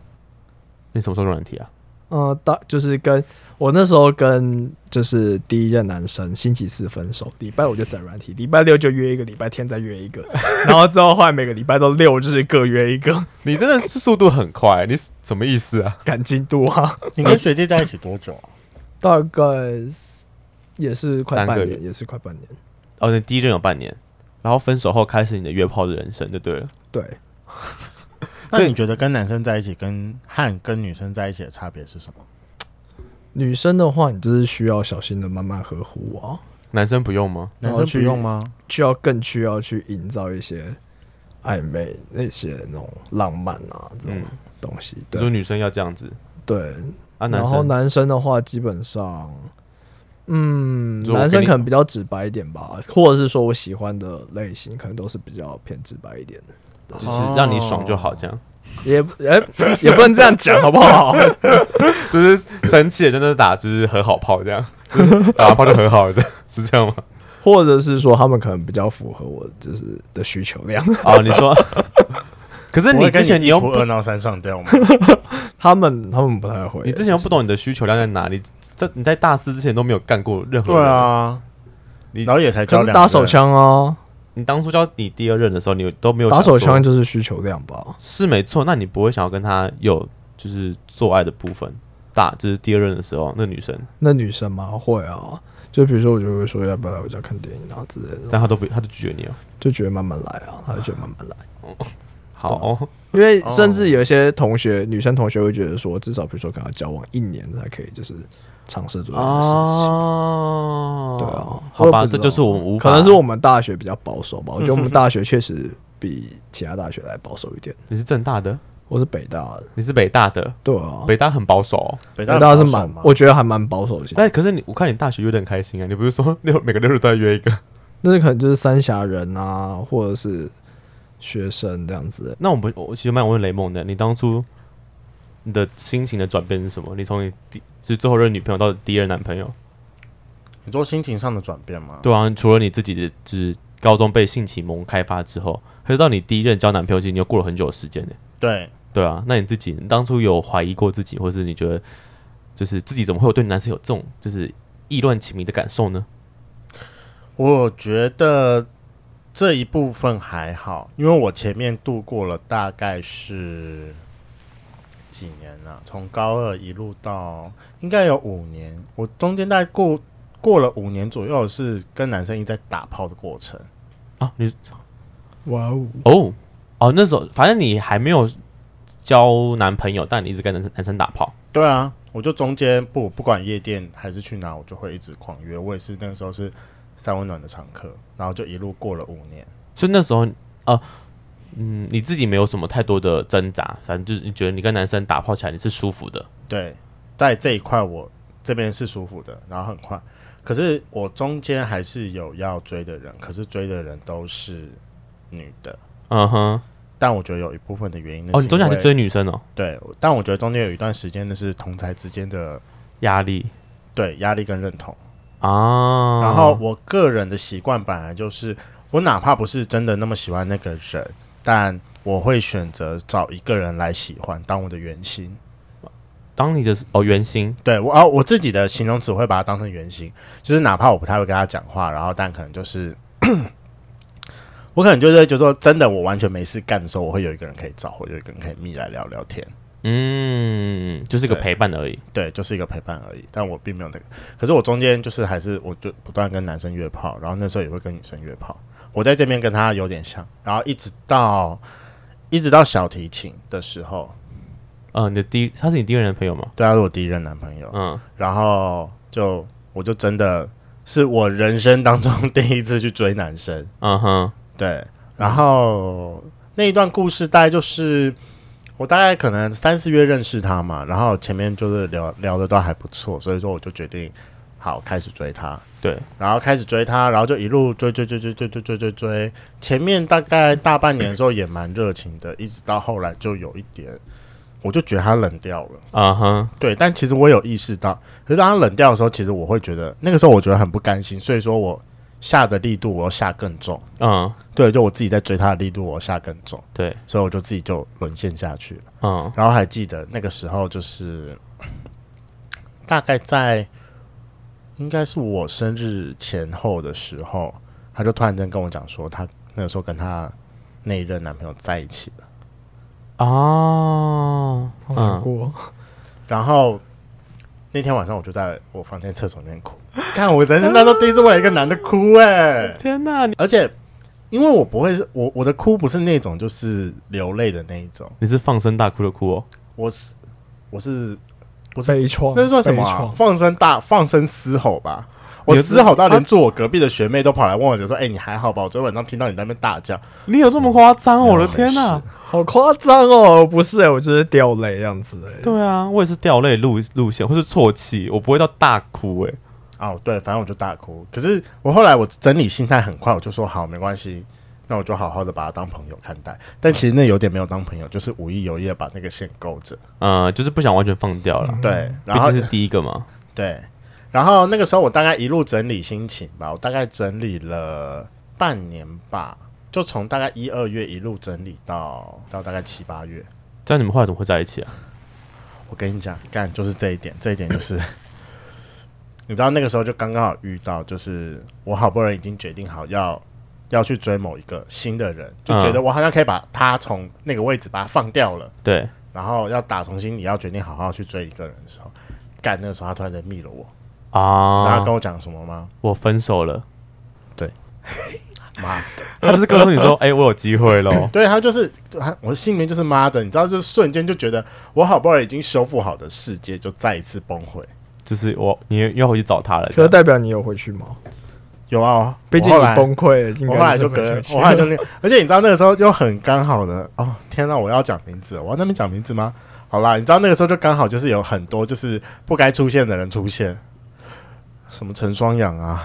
Speaker 1: 你什么时候用软体啊？
Speaker 4: 呃，大就是跟我那时候跟就是第一任男生星期四分手，礼拜五就在软体，礼拜六就约一个，礼拜天再约一
Speaker 1: *laughs*
Speaker 4: 个，然后之后后来每个礼拜都六日各约一 *laughs* 个，
Speaker 1: 你真的是速度很快，你什么意思啊？
Speaker 4: 赶进度啊，
Speaker 1: *laughs*
Speaker 2: 你跟学弟在一起多久啊？
Speaker 4: 大概也是快
Speaker 1: 三个
Speaker 4: 半
Speaker 1: 月
Speaker 4: 年，也是快半年。
Speaker 1: 哦，你第一任有半年，然后分手后开始你的约炮的人生就对了。
Speaker 4: 对，
Speaker 2: 那
Speaker 1: 所以
Speaker 2: 你觉得跟男生在一起跟和跟女生在一起的差别是什么？
Speaker 4: 女生的话，你就是需要小心的慢慢呵护啊，
Speaker 1: 男生不用吗？
Speaker 2: 男生不用吗？
Speaker 4: 需要更需要去营造一些暧昧那些那种浪漫啊这种
Speaker 1: 嗯，
Speaker 4: 东西。
Speaker 1: 你说
Speaker 4: 对
Speaker 1: 女生要这样子
Speaker 4: 对，
Speaker 1: 啊，男
Speaker 4: 然后
Speaker 1: 生
Speaker 4: 男生的话，基本上，嗯，
Speaker 1: 就我
Speaker 4: 男
Speaker 1: 给
Speaker 4: 生
Speaker 1: 你
Speaker 4: 可能比较直白一点吧，或者是说我喜欢的类型，可能都是比较偏直白一点的。
Speaker 1: 只是让你爽就好，这样
Speaker 4: 也 *laughs* 也也不能这样讲，好不好？ *laughs*
Speaker 1: 就是生气了真的打，就是和好炮这样，就是打完炮就和好了，这样是这样吗？
Speaker 4: 或者是说他们可能比较符合我就是的需求量， *laughs*
Speaker 1: 哦，你说， *laughs* 可是
Speaker 2: 我
Speaker 1: 你
Speaker 2: 会跟
Speaker 1: 之前
Speaker 2: 你
Speaker 1: 你又
Speaker 2: 一哭
Speaker 1: 不
Speaker 2: 二闹三上吊吗？
Speaker 4: 他们他们不太会。
Speaker 1: 你之前又不懂你的需求量在哪里，在你在大四之前都没有干过任何。
Speaker 2: 对，啊，
Speaker 1: 你
Speaker 2: 然后也才
Speaker 4: 可
Speaker 2: 交
Speaker 4: 是
Speaker 2: 两
Speaker 4: 打手
Speaker 2: 任，
Speaker 4: 枪啊，
Speaker 1: 你当初交你第二任的时候，你都没有
Speaker 4: 打
Speaker 1: 想
Speaker 4: 手
Speaker 1: 说
Speaker 4: 枪就是需求量吧？
Speaker 1: 是没错，那你不会想要跟他有就是做爱的部分，打就是第二任的时候那女生，
Speaker 4: 那女生嘛会啊，就比如说我就会说要不要来我家看电影啊之类的，
Speaker 1: 但她都不，她就拒绝你了。
Speaker 4: 就觉得慢慢来啊，他就觉得慢慢来。
Speaker 1: 好、哦，
Speaker 4: 因为甚至有一些同学，女生同学会觉得说，至少比如说跟他交往一年才可以，就是尝试做这件事情。
Speaker 1: 哦
Speaker 4: 对啊，
Speaker 1: 好吧，
Speaker 4: 我也不知
Speaker 1: 这
Speaker 4: 道
Speaker 1: 就是我们无法，
Speaker 4: 可能是我们大学比较保守吧。我觉得我们大学确实比其他大学来保守一点。
Speaker 1: 你是正大的，
Speaker 4: 我是北大的，
Speaker 1: 你是北大的，
Speaker 4: 对啊，
Speaker 1: 北大很保守、哦，
Speaker 2: 北
Speaker 4: 北大是
Speaker 2: 很保守
Speaker 4: 蛮
Speaker 2: 嘛，
Speaker 4: 我觉得还蛮保守型。
Speaker 1: 但可是你，我看你大学约的很开心啊，你不是说六每个六日都要约一个？
Speaker 4: 那可能就是三峡人啊，或者是学生这样子。
Speaker 1: 那我们我其实蛮想问雷蒙的，你当初你的心情的转变是什么？你从你第就是最后任女朋友到第一任男朋友，
Speaker 2: 你说心情上的转变吗？
Speaker 1: 对啊，除了你自己的就是高中被性启蒙开发之后，还有到你第一任交男朋友，其实你又过了很久的时间呢。
Speaker 2: 对，
Speaker 1: 对啊，那你自己你当初有怀疑过自己，或是你觉得就是自己怎么会有对男生有这种就是意乱情迷的感受呢？
Speaker 2: 我觉得这一部分还好，因为我前面度过了大概是几年啊，从高二一路到应该有五年，我中间大概过过了五年左右是跟男生一直在打炮的过程。
Speaker 1: 啊，你
Speaker 4: 哇哦，
Speaker 1: 哦哦，那时候反正你还没有交男朋友，但你一直跟男生男生打炮。
Speaker 2: 对啊，我就中间不不管夜店还是去哪，我就会一直狂约。我也是那个时候是三温暖的常客，然后就一路过了五年。
Speaker 1: 所以那时候，呃，嗯，你自己没有什么太多的挣扎，反正就是你觉得你跟男生打炮起来你是舒服的，
Speaker 2: 对，在这一块我这边是舒服的，然后很快。可是我中间还是有要追的人，可是追的人都是女的。
Speaker 1: 嗯哼。
Speaker 2: 但我觉得有一部分的原因呢，
Speaker 1: 哦，你中间还
Speaker 2: 是
Speaker 1: 是追女生哦，
Speaker 2: 对，但我觉得中间有一段时间那是同才之间的
Speaker 1: 压力
Speaker 2: 对压力跟认同。
Speaker 1: 啊。
Speaker 2: 然后我个人的习惯本来就是，我哪怕不是真的那么喜欢那个人，但我会选择找一个人来喜欢当我的原型。
Speaker 1: 当你的哦原型，
Speaker 2: 对我啊，我自己的形容词会把它当成原型，就是哪怕我不太会跟他讲话，然后但可能就是 *coughs* 我可能就是就说真的，我完全没事干的时候，我会有一个人可以找，我有一个人可以密来聊聊天。
Speaker 1: 嗯，就是个
Speaker 2: 对
Speaker 1: 陪伴而已。
Speaker 2: 对，就是一个陪伴而已，但我并没有那个。可是我中间就是还是我就不断跟男生约炮，然后那时候也会跟女生约炮。我在这边跟他有点像，然后一直到一直到小提琴的时候，
Speaker 1: 呃，你的第一他是你第一任男朋友吗？
Speaker 2: 对啊他是我第一任男朋友，
Speaker 1: 嗯，
Speaker 2: 然后就我就真的是我人生当中 *laughs* 第一次去追男生，
Speaker 1: 嗯哼，
Speaker 2: 对，然后那一段故事大概就是我大概可能三四月认识他嘛，然后前面就是聊聊的都还不错，所以说我就决定好开始追他，
Speaker 1: 对，
Speaker 2: 然后开始追他，然后就一路追追追追追追追追追，前面大概大半年的时候也蛮热情的，一直到后来就有一点，我就觉得他冷掉了。
Speaker 1: 嗯哼，
Speaker 2: 对，但其实我有意识到，可是当他冷掉的时候，其实我会觉得那个时候我觉得很不甘心，所以说我下的力度我要下更重。
Speaker 1: 嗯，
Speaker 2: 对，就我自己在追他的力度我要下更重，
Speaker 1: 对，
Speaker 2: 所以我就自己就沦陷下去了。
Speaker 1: 嗯，
Speaker 2: 然后还记得那个时候就是大概在应该是我生日前后的时候，他就突然间跟我讲说，他那个时候跟他那一任男朋友在一起了。
Speaker 1: 啊，
Speaker 4: 好难过。
Speaker 2: 然后那天晚上我就在我房间厕所里面哭，看我人生当中第一次为了一个男的哭哎、
Speaker 1: 天哪，你
Speaker 2: 而且因为我不会是我我的哭不是那种就是流泪的那一种，
Speaker 1: 你是放声大哭的哭哦，
Speaker 2: 我是我是不是
Speaker 4: 悲怆，
Speaker 2: 那是算什么
Speaker 4: 悲
Speaker 2: 啊、
Speaker 4: 怆
Speaker 2: 放声大放声嘶吼吧。我
Speaker 1: 你啊有
Speaker 2: 嘶吼到连坐我隔壁的学妹都跑来问我，就说：“哎、你还好吧？我昨天晚上听到你在那边大叫。
Speaker 1: 你有这么夸张哦？我的
Speaker 2: 没
Speaker 1: 天哪
Speaker 2: 事！
Speaker 4: 好夸张哦！不是、我就是掉泪这样子、欸。
Speaker 1: 对啊，我也是掉泪路路线，或是啜泣，我不会到大哭哎、”
Speaker 2: 哦，对，反正我就大哭。可是我后来我整理心态很快，我就说：“好，没关系，那我就好好的把他当朋友看待。”但其实那有点没有当朋友，就是无意有意的把那个线勾着。
Speaker 1: 嗯、就是不想完全放掉
Speaker 4: 嗯
Speaker 1: 了，
Speaker 2: 对，
Speaker 1: 嗯毕
Speaker 2: 然后
Speaker 1: 竟是第一个嘛。
Speaker 2: 对，然后那个时候我大概一路整理心情吧，我大概整理了半年吧，就从大概一二月一路整理到到大概七八月。
Speaker 1: 这样你们后来怎么会在一起啊？
Speaker 2: 我跟你讲，干就是这一点，这一点就是， *laughs* 你知道那个时候就刚刚好遇到，就是我好不容易已经决定好要要去追某一个新的人，就觉得我好像可以把他从那个位置把他放掉了，
Speaker 1: 对，
Speaker 2: 然后要打从心里要决定好好去追一个人的时候，干那个时候他突然间密了我，大家
Speaker 1: 啊
Speaker 2: 跟，我讲什么吗？
Speaker 1: 我分手了，
Speaker 2: 妈。
Speaker 1: 他就是告诉你
Speaker 4: *laughs*
Speaker 1: 说，哎、我有机会喽
Speaker 2: 对，他就是他，我心里面就是妈的，你知道，就是瞬间就觉得我好不容易已经修复好的世界，就再一次崩溃。
Speaker 1: 就是我，你要回去找他了。
Speaker 4: 可是代表你有回去吗？
Speaker 2: 有啊，
Speaker 4: 毕竟
Speaker 2: 我
Speaker 4: 你
Speaker 2: 后来
Speaker 4: 崩溃了，应
Speaker 2: 我后
Speaker 4: 该
Speaker 2: 来
Speaker 4: 是
Speaker 2: 就
Speaker 4: 回
Speaker 2: 跟
Speaker 4: 不去
Speaker 2: 我后来就那，而且你知道那个时候又很刚好的哦，天哪、我要讲名字了，我要那边讲名字吗？好啦，你知道那个时候就刚好就是有很多就是不该出现的人出现，什么陈双阳
Speaker 4: *laughs*
Speaker 2: 啊、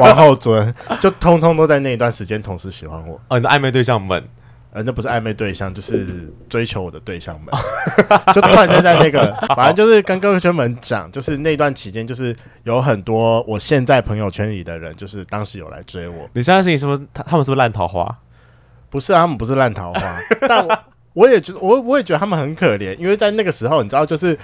Speaker 2: 王浩尊，就通通都在那一段时间同时喜欢我。
Speaker 1: 哦，你的暧昧对象们，
Speaker 2: 呃，那不是暧昧对象，就是追求我的对象们， *laughs* 就突然间在那个，反正就是跟各位圈们讲，就是那段期间，就是有很多我现在朋友圈里的人，就是当时有来追我，
Speaker 1: 你现在心里是不是他他们是不是烂桃花？
Speaker 2: 不是、啊、他们不是烂桃花，但我我也觉得我我也觉得他们很可怜，因为在那个时候，你知道，就是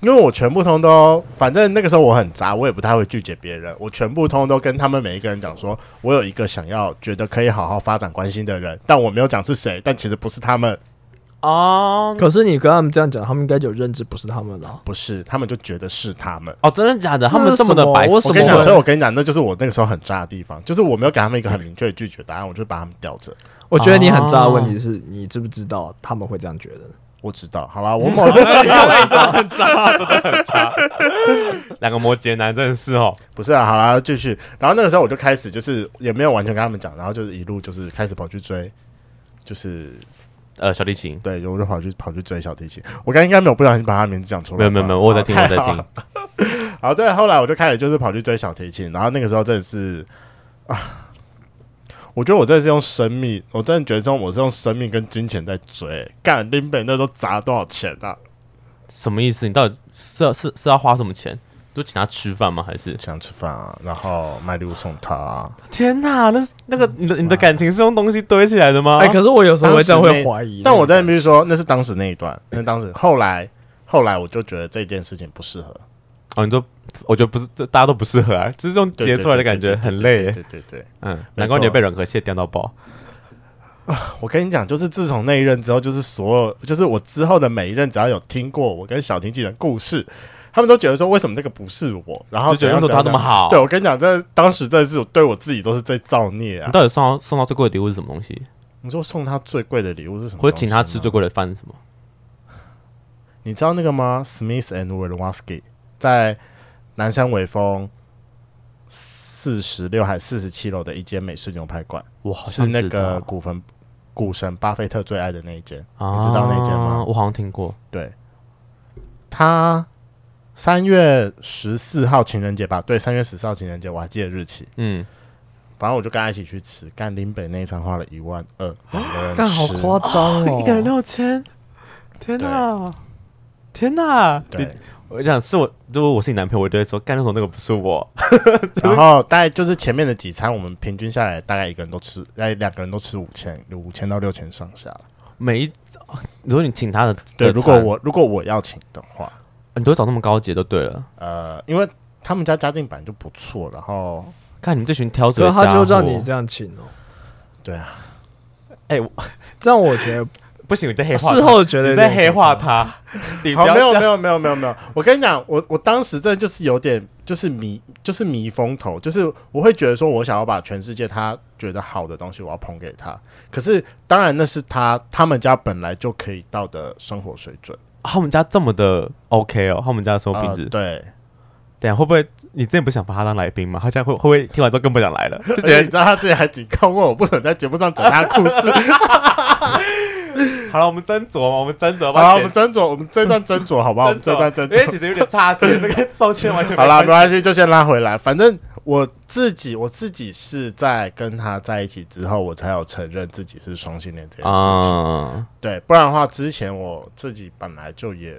Speaker 2: 因为我全部通都，反正那个时候我很杂，我也不太会拒绝别人，我全部通都跟他们每一个人讲说，我有一个想要觉得可以好好发展关系的人，但我没有讲是谁，但其实不是他们。
Speaker 1: 哦
Speaker 4: 可是你跟他们这样讲，他们应该就有认知不是他们了。
Speaker 2: 不是，他们就觉得是他们。
Speaker 1: 哦，真的假的？
Speaker 4: 这
Speaker 1: 他们这么的白
Speaker 4: 是什么
Speaker 1: 痴，
Speaker 4: 我
Speaker 2: 我
Speaker 4: 怎
Speaker 2: 跟你
Speaker 4: 么
Speaker 2: 讲，
Speaker 4: 会
Speaker 2: 所以我跟你讲，那就是我那个时候很渣的地方，就是我没有给他们一个很明确的拒绝答案，我就把他们吊着。
Speaker 4: 我觉得你很渣的
Speaker 1: 哦
Speaker 4: 问题是你知不知道他们会这样觉得？
Speaker 2: 我知道，好
Speaker 1: *laughs*
Speaker 2: 啦，我某
Speaker 1: 哎两个摩羯男真的是哦，
Speaker 2: 不是啊，好啦，继续。然后那个时候我就开始，就是也没有完全跟他们讲，然后就是一路就是开始跑去追，就是
Speaker 1: 呃，小提琴，
Speaker 2: 对，我就跑去跑去追小提琴。我刚刚应该没有不小心把他名字讲出来吧，
Speaker 1: 没有没有没有，我有在听
Speaker 2: 好
Speaker 1: 我有在。
Speaker 2: 太好
Speaker 1: 听
Speaker 2: 了，好，对，后来我就开始就是跑去追小提琴，然后那个时候真的是啊，我觉得我真的是用生命，我真的觉得这种我是用生命跟金钱在追。干林北那时候砸了多少钱啊？
Speaker 1: 什么意思？你到底是要是是要花什么钱？就请他吃饭吗？还是
Speaker 2: 想吃饭啊，然后买礼物送他、啊。
Speaker 1: 天哪，那是那个你的你的感情是用东西堆起来的吗？
Speaker 4: 哎、可是我有时候会这样
Speaker 2: 啊当时
Speaker 4: 会
Speaker 2: 那
Speaker 4: 怀疑。
Speaker 2: 但我在那边说，那是当时那一段，那是当时后来后来我就觉得这件事情不适合，
Speaker 1: 哦，你说我觉得不是，这大家都不适合啊，就是这种
Speaker 2: 对
Speaker 1: 结出来的感
Speaker 2: 对
Speaker 1: 觉
Speaker 2: 对
Speaker 1: 很累耶。
Speaker 2: 对对对，
Speaker 1: 嗯，
Speaker 2: 没
Speaker 1: 难怪你
Speaker 2: 错
Speaker 1: 会被软壳蟹电到爆。
Speaker 2: 我跟你讲，就是自从那一任之后，就是所有，就是我之后的每一任，只要有听过我跟小婷姐的故事，他们都觉得说为什么那个不是我，然后
Speaker 1: 就觉得那时候
Speaker 2: 怎样
Speaker 1: 他那么好
Speaker 2: 怎样对我跟你讲，这当时真的是我对我自己都是在造孽啊
Speaker 1: 你！到底送到送到最贵的礼物是什么东西？
Speaker 2: 你说送他最贵的礼物是什么？
Speaker 1: 或者请他吃最
Speaker 2: 最，
Speaker 1: 贵的饭是什么？
Speaker 2: 你知道那个吗？Smith and w e l w a s k i 在南山微风。四十六还四十七楼的一间美式牛排馆，
Speaker 1: 我好
Speaker 2: 是
Speaker 1: 像
Speaker 2: 那
Speaker 1: 知
Speaker 2: 个
Speaker 1: 道
Speaker 2: 股份股神巴菲特最爱的那一间。
Speaker 1: 啊，
Speaker 2: 你知道那间吗
Speaker 1: 我好像听过。
Speaker 2: 对，他三月十四号情人节吧？对，三月十四号情人节，我还记得日期。
Speaker 1: 嗯，
Speaker 2: 反正我就跟他一起去吃，干林北那一餐花了一万二，两个人
Speaker 4: 啊干好
Speaker 2: 吃
Speaker 4: 夸张哦！
Speaker 1: 六千，天
Speaker 2: 对
Speaker 1: 哪！天哪！
Speaker 4: *laughs*
Speaker 2: 对，
Speaker 1: 我想是我，如果我是你男朋友，我就会说，干那种那个不是我。
Speaker 2: 然后大概就是前面的几餐，我们平均下来大概一个人都吃，哎，两个人都吃五千，五千到六千上下。
Speaker 1: 每一，如果你请他的，
Speaker 2: 对，
Speaker 1: 的
Speaker 2: 如果
Speaker 1: 餐
Speaker 2: 我如果我要请的话，
Speaker 1: 你都会找那么高级的，对了。
Speaker 2: 呃，因为他们家家境本来就不错，然后
Speaker 1: 看你们这群挑嘴的
Speaker 4: 所以
Speaker 1: 家伙，
Speaker 4: 他就让你这样请哦、
Speaker 2: 对啊，
Speaker 1: 哎我
Speaker 4: *laughs* 这样我觉得
Speaker 1: 不行，你在黑化他，
Speaker 4: 事后觉得
Speaker 1: 你
Speaker 4: 有
Speaker 1: 在
Speaker 4: 点
Speaker 1: 黑化
Speaker 4: 可怕，
Speaker 1: 他，你不
Speaker 2: 好，
Speaker 1: 要
Speaker 2: 没有
Speaker 1: 这
Speaker 2: 没
Speaker 1: 样。
Speaker 2: 有没有没有没有，我跟你讲，我我当时真的就是有点就是迷就是迷风头，就是我会觉得说我想要把全世界他觉得好的东西我要捧给他，可是当然那是他他们家本来就可以到的生活水准，
Speaker 1: 他们家这么的 OK 哦，他们家的生活品
Speaker 2: 呃
Speaker 1: 质，
Speaker 2: 对，
Speaker 1: 等一下会不会你真的不想把他当来宾吗？他这样会会不会听完之后更不想来
Speaker 2: *laughs*
Speaker 1: 了？就
Speaker 2: 而
Speaker 1: 觉
Speaker 2: 且
Speaker 1: 得
Speaker 2: 你知道他自己还警告 *laughs* 过我不准在节目上讲他的
Speaker 1: *laughs*
Speaker 2: 故事，
Speaker 1: 好了，我们斟酌嘛，我们斟酌吧。
Speaker 2: 哎好了，
Speaker 1: 点
Speaker 2: 我们斟酌，我们这段斟酌好不好？我们这段斟
Speaker 1: 啊 *laughs* 因为
Speaker 2: 酌。
Speaker 1: 其实有点差题，这个道歉 *laughs* 完全
Speaker 2: 好啦，没
Speaker 1: 了，
Speaker 2: 关系，就先拉回来。反正我自己，我自己是在跟他在一起之后，我才有承认自己是双性恋这件事情。
Speaker 1: 啊，
Speaker 2: 对，不然的话，之前我自己本来就也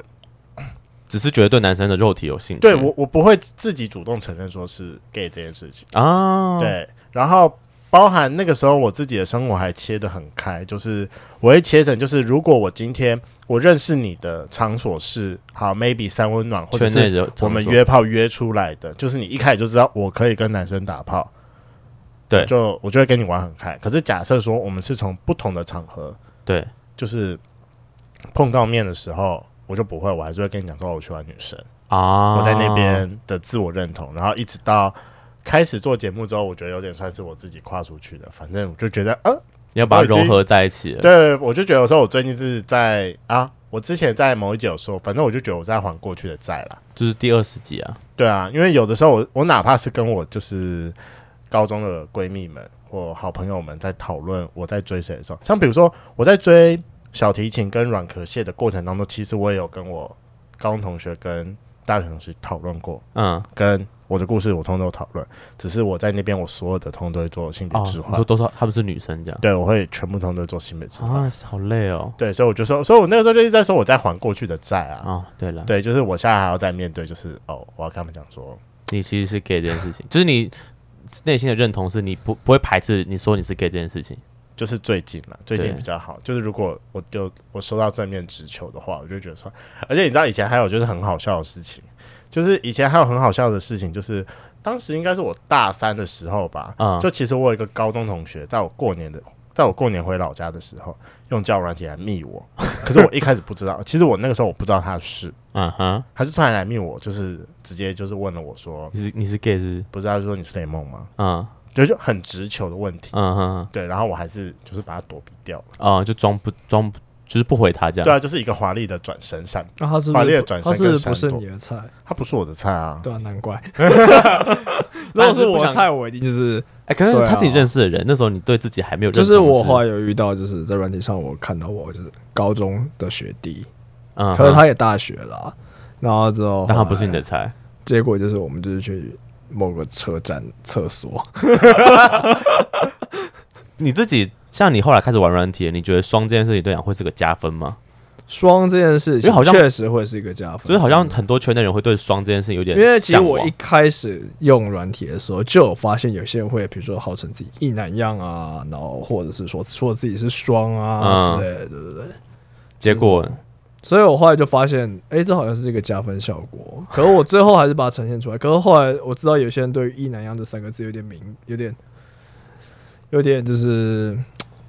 Speaker 1: 只是觉得对男生的肉体有兴趣。
Speaker 2: 对我，我不会自己主动承认说是 gay 这件事情。
Speaker 1: 啊，，
Speaker 2: 对，然后包含那个时候我自己的生活还切得很开，就是我会切成，就是如果我今天我认识你的场所是好，maybe 三温暖或者
Speaker 1: 圈内
Speaker 2: 是
Speaker 1: 的
Speaker 2: 我们约炮约出来的，就是你一开始就知道我可以跟男生打炮，
Speaker 1: 对
Speaker 2: 就我就会跟你玩很开。可是假设说我们是从不同的场合，
Speaker 1: 对
Speaker 2: 就是碰到面的时候，我就不会，我还是会跟你讲说哦我喜欢女生，
Speaker 1: 啊，
Speaker 2: 我在那边的自我认同，然后一直到。开始做节目之后，我觉得有点算是我自己跨出去的。反正我就觉得，呃，
Speaker 1: 你要把它融合在一起了。
Speaker 2: 对，我就觉得我说我最近是在啊，我之前在某一集有说，反正我就觉得我在还过去的债啦。
Speaker 1: 就是第二十集啊，
Speaker 2: 对啊，因为有的时候我我哪怕是跟我就是高中的闺蜜们或好朋友们在讨论我在追谁的时候，像比如说我在追小提琴跟软壳蟹的过程当中，其实我也有跟我高中同学跟大学同学讨论过，
Speaker 1: 嗯，
Speaker 2: 跟我的故事我通通都有讨论，只是我在那边我所有的通通都会做性别
Speaker 1: 哦，
Speaker 2: 置
Speaker 1: 你
Speaker 2: 换，
Speaker 1: 说都说他们是女生这样
Speaker 2: 对我会全部通通都做性别置换，
Speaker 1: 啊，好累哦。
Speaker 2: 对，所以我就说，所以我那个时候就一直在说我在还过去的债啊，
Speaker 1: 哦，对了，
Speaker 2: 对，就是我现在还要再面对，就是哦，我要跟他们讲说，
Speaker 1: 你其实是 gay 这件事情，就是你内心的认同是你不不会排斥你说你是 gay 这件事情。
Speaker 2: 就是最近了，最近
Speaker 1: 对
Speaker 2: 比较好。就是如果我就我收到正面直球的话，我就觉得说，而且你知道以前还有就是很好笑的事情，就是以前还有很好笑的事情，就是当时应该是我大三的时候吧，
Speaker 1: 嗯
Speaker 2: 就其实我有一个高中同学，在我过年的。在我过年回老家的时候，用交友软体来密我， *laughs* 可是我一开始不知道，其实我那个时候我不知道他是，
Speaker 1: 嗯哼，
Speaker 2: 他是突然来密我，就是直接就是问了我说，
Speaker 1: 你是你是 gay 是不是？
Speaker 2: 不知道说你是雷梦吗？
Speaker 1: 嗯
Speaker 2: 就就很直球的问题，
Speaker 1: 嗯哼，
Speaker 2: 对，然后我还是就是把它躲避掉了。
Speaker 1: 哦，就装不装不就是不回他这样。
Speaker 2: 对啊，就是一个华丽的转身闪，
Speaker 4: 那他是不
Speaker 2: 把猎
Speaker 4: 是
Speaker 2: 转
Speaker 4: 他
Speaker 2: 身
Speaker 4: 是
Speaker 2: 跟
Speaker 4: 不是
Speaker 2: 闪
Speaker 4: 不是
Speaker 2: 躲
Speaker 4: 你的菜？
Speaker 2: 他不是我的菜啊。
Speaker 4: 对啊，
Speaker 2: *laughs*
Speaker 4: 难怪。 *laughs* 如果是我的菜，我一定就是
Speaker 1: 哎，可是
Speaker 4: 对啊
Speaker 1: 他是你认识的人，那时候你对自己还没有认同
Speaker 4: 就是我后
Speaker 1: 怀
Speaker 4: 来有遇到，就是在软体上我看到我就是高中的学弟，
Speaker 1: 嗯哼，
Speaker 4: 可是他也大学了啊、然后之后，
Speaker 1: 但他不是你的，菜。
Speaker 4: 结果就是我们就是去某个车站厕所，
Speaker 1: 你自己像你后来开始玩软体，你觉得双这件事情对你来讲会是个加分吗？
Speaker 4: 双这件事
Speaker 1: 因为
Speaker 4: 情
Speaker 1: 好像
Speaker 4: 确实会是一个加分，
Speaker 1: 就是好像
Speaker 4: 真的
Speaker 1: 很多圈内人会对双这件事情有点
Speaker 4: 因为其实
Speaker 1: 向
Speaker 4: 我
Speaker 1: 往
Speaker 4: 一开始用软体的时候，就有发现有些人会，比如说号称自己一男样啊，然后或者是说说自己是双啊
Speaker 1: 嗯
Speaker 4: 之类的，对对对。
Speaker 1: 结果
Speaker 4: 所以我后来就发现，哎、这好像是一个加分效果。可是我最后还是把它呈现出来。可是后来我知道有些人对于“一男一样”这三个字有点敏，有点，有点就是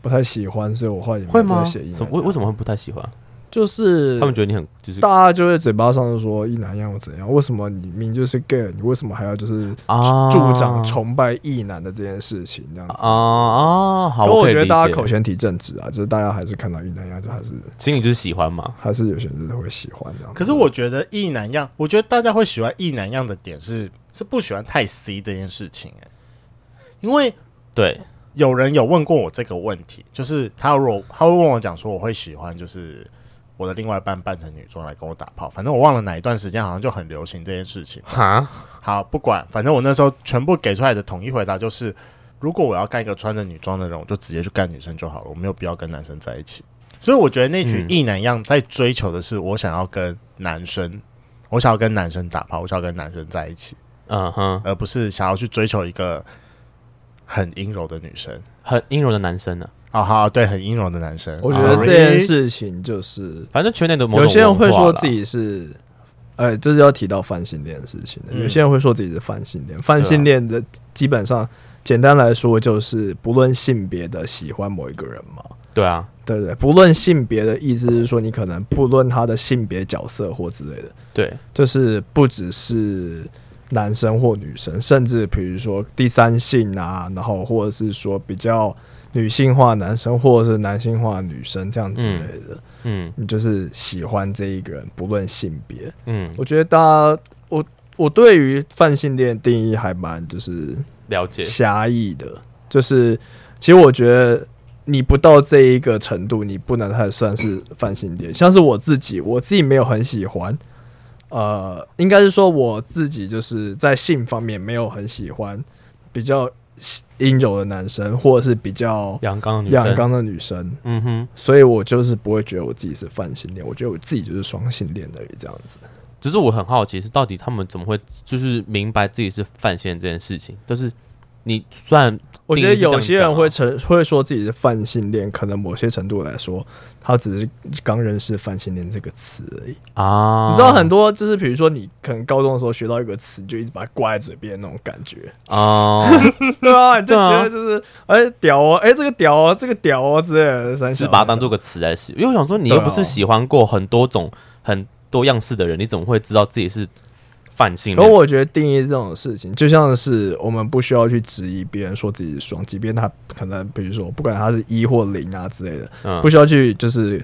Speaker 4: 不太喜欢，所以我后来也没
Speaker 1: 会
Speaker 4: 有再
Speaker 1: 吗？
Speaker 4: 写“一
Speaker 1: 什
Speaker 4: 男
Speaker 1: 么为为
Speaker 4: 么？
Speaker 1: 什么会不太喜欢？
Speaker 4: 就是
Speaker 1: 他们觉得你很就是
Speaker 4: 嗯大家就会嘴巴上就说“一男一样”怎样？为什么你明明就是 gay，你为什么还要就是
Speaker 1: 啊
Speaker 4: 助长崇拜异男的这件事情，这样子。
Speaker 1: 啊啊，好，
Speaker 4: 不过我
Speaker 1: 可以
Speaker 4: 觉得
Speaker 1: 理
Speaker 4: 大
Speaker 1: 解
Speaker 4: 家口嫌体正直啊，就是大家还是看到异男样，就还是
Speaker 1: 心里就是喜欢嘛。
Speaker 4: 还是有些人真的会喜欢这样子。
Speaker 2: 可是我觉得异男样，我觉得大家会喜欢异男样的点是是不喜欢太 C 这件事情、欸，因为
Speaker 1: 对，
Speaker 2: 有人有问过我这个问题，就是他如果他会问我讲说我会喜欢就是我的另外一半扮成女装来跟我打炮，反正我忘了哪一段时间好像就很流行这件事情。
Speaker 1: 哈，
Speaker 2: 好，不管，反正我那时候全部给出来的统一回答就是，如果我要干一个穿着女装的人，我就直接去干女生就好了，我没有必要跟男生在一起。所以我觉得那群
Speaker 1: 嗯
Speaker 2: 异男样在追求的是，我想要跟男生，我想要跟男生打炮，我想要跟男生在一起，
Speaker 1: 嗯哼，
Speaker 2: 而不是想要去追求一个很阴柔的女生。
Speaker 1: 很阴柔的男生呢、啊
Speaker 2: 哦，好，对，很阴柔的男生。
Speaker 4: 我觉得
Speaker 2: Sorry
Speaker 4: 这件事情就是
Speaker 1: 反正圈内的啊某种
Speaker 4: 有些人会
Speaker 1: 文化
Speaker 4: 说
Speaker 1: 啦
Speaker 4: 自己是，呃，这就是要提到泛性恋的事情的。
Speaker 2: 嗯
Speaker 4: 有些人会说自己是泛性恋，泛性恋的基本上简单来说就是不论性别的喜欢某一个人嘛。
Speaker 1: 对啊，
Speaker 4: 对对，不论性别的意思是说，你可能不论他的性别角色或之类的，
Speaker 1: 对，
Speaker 4: 就是不只是男生或女生，甚至比如说第三性啊，然后或者是说比较女性化男生或者是男性化女生这样之类的，
Speaker 1: 嗯
Speaker 4: 你就是喜欢这一个人，不论性别。
Speaker 1: 嗯，
Speaker 4: 我觉得大家，我我对于泛性恋定义还蛮就是
Speaker 1: 了解，
Speaker 4: 狭义的，就是其实我觉得你不到这一个程度，你不能太算是泛性恋。像是我自己，我自己没有很喜欢，呃，应该是说我自己就是在性方面没有很喜欢比较阴柔的男生，或者是比较
Speaker 1: 阳刚的女
Speaker 4: 阳
Speaker 1: 生，
Speaker 4: 刚的女生，
Speaker 1: 嗯哼，
Speaker 4: 所以我就是不会觉得我自己是泛性恋，我觉得我自己就是双性恋而已，这样子。
Speaker 1: 只是我很好奇是到底他们怎么会就是明白自己是犯线这件事情，就是你虽然
Speaker 4: 我觉得有些人会
Speaker 1: 定义是
Speaker 4: 承会说自己是泛性恋，可能某些程度来说，他只是刚认识泛性恋这个词而已。
Speaker 1: 啊，
Speaker 4: 你知道很多就是比如说你可能高中的时候学到一个词，你就一直把它挂在嘴边的那种感觉， *laughs*
Speaker 1: 哦，
Speaker 4: 对啊，你就
Speaker 1: 对啊
Speaker 4: 觉得就是哎、屌哦，哎、这个屌哦，这个屌哦之类的，三
Speaker 1: 只是
Speaker 4: 小
Speaker 1: 把它当做个词来使，因为我想说你
Speaker 4: 对
Speaker 1: 又
Speaker 4: 啊
Speaker 1: 不是喜欢过很多种很多样式的人，你怎么会知道自己是泛性
Speaker 4: 可
Speaker 1: 恋？
Speaker 4: 我觉得定义这种事情，就像是我们不需要去质疑别人说自己是双，即便他可能比如说不管他是一或零啊之类的，
Speaker 1: 嗯
Speaker 4: 不需要去就是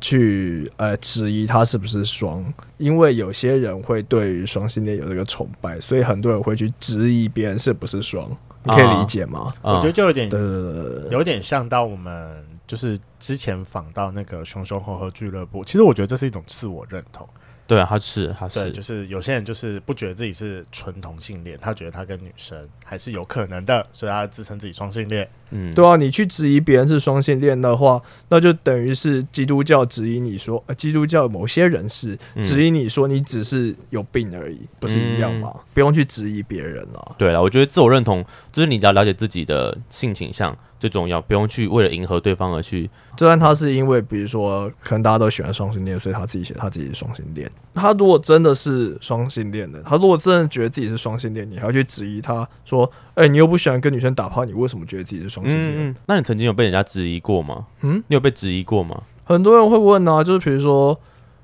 Speaker 4: 去呃质疑他是不是双，因为有些人会对于双性恋有这个崇拜，所以很多人会去质疑别人是不是双，你可以理解吗？
Speaker 1: 啊嗯
Speaker 2: 我觉得就有点
Speaker 4: 对对对对对
Speaker 2: 有点像到我们就是之前访到那个熊熊猴猴俱乐部，其实我觉得这是一种自我认同。
Speaker 1: 对啊，他是他
Speaker 2: 对，
Speaker 1: 是
Speaker 2: 就是有些人就是不觉得自己是纯同性恋，他觉得他跟女生还是有可能的，所以他自称自己双性恋。
Speaker 1: 嗯，
Speaker 4: 对啊，你去质疑别人是双性恋的话，那就等于是基督教质疑你说，呃，基督教某些人士
Speaker 1: 嗯
Speaker 4: 质疑你说你只是有病而已，不是一样吗？
Speaker 1: 嗯
Speaker 4: 不用去质疑别人啊。
Speaker 1: 对了，我觉得自我认同就是你只要了解自己的性倾向最重要，不用去为了迎合对方而去
Speaker 4: 就算他是因为，比如说，可能大家都喜欢双性恋，所以他自己写他自己是双性恋。他如果真的是双性恋的，他如果真的觉得自己是双性恋，你还要去质疑他说，哎、你又不喜欢跟女生打炮，你为什么觉得自己是双性恋？
Speaker 1: 嗯嗯，那你曾经有被人家质疑过吗？
Speaker 4: 嗯
Speaker 1: 你有被质疑过吗？
Speaker 4: 很多人会问啊，就是比如说，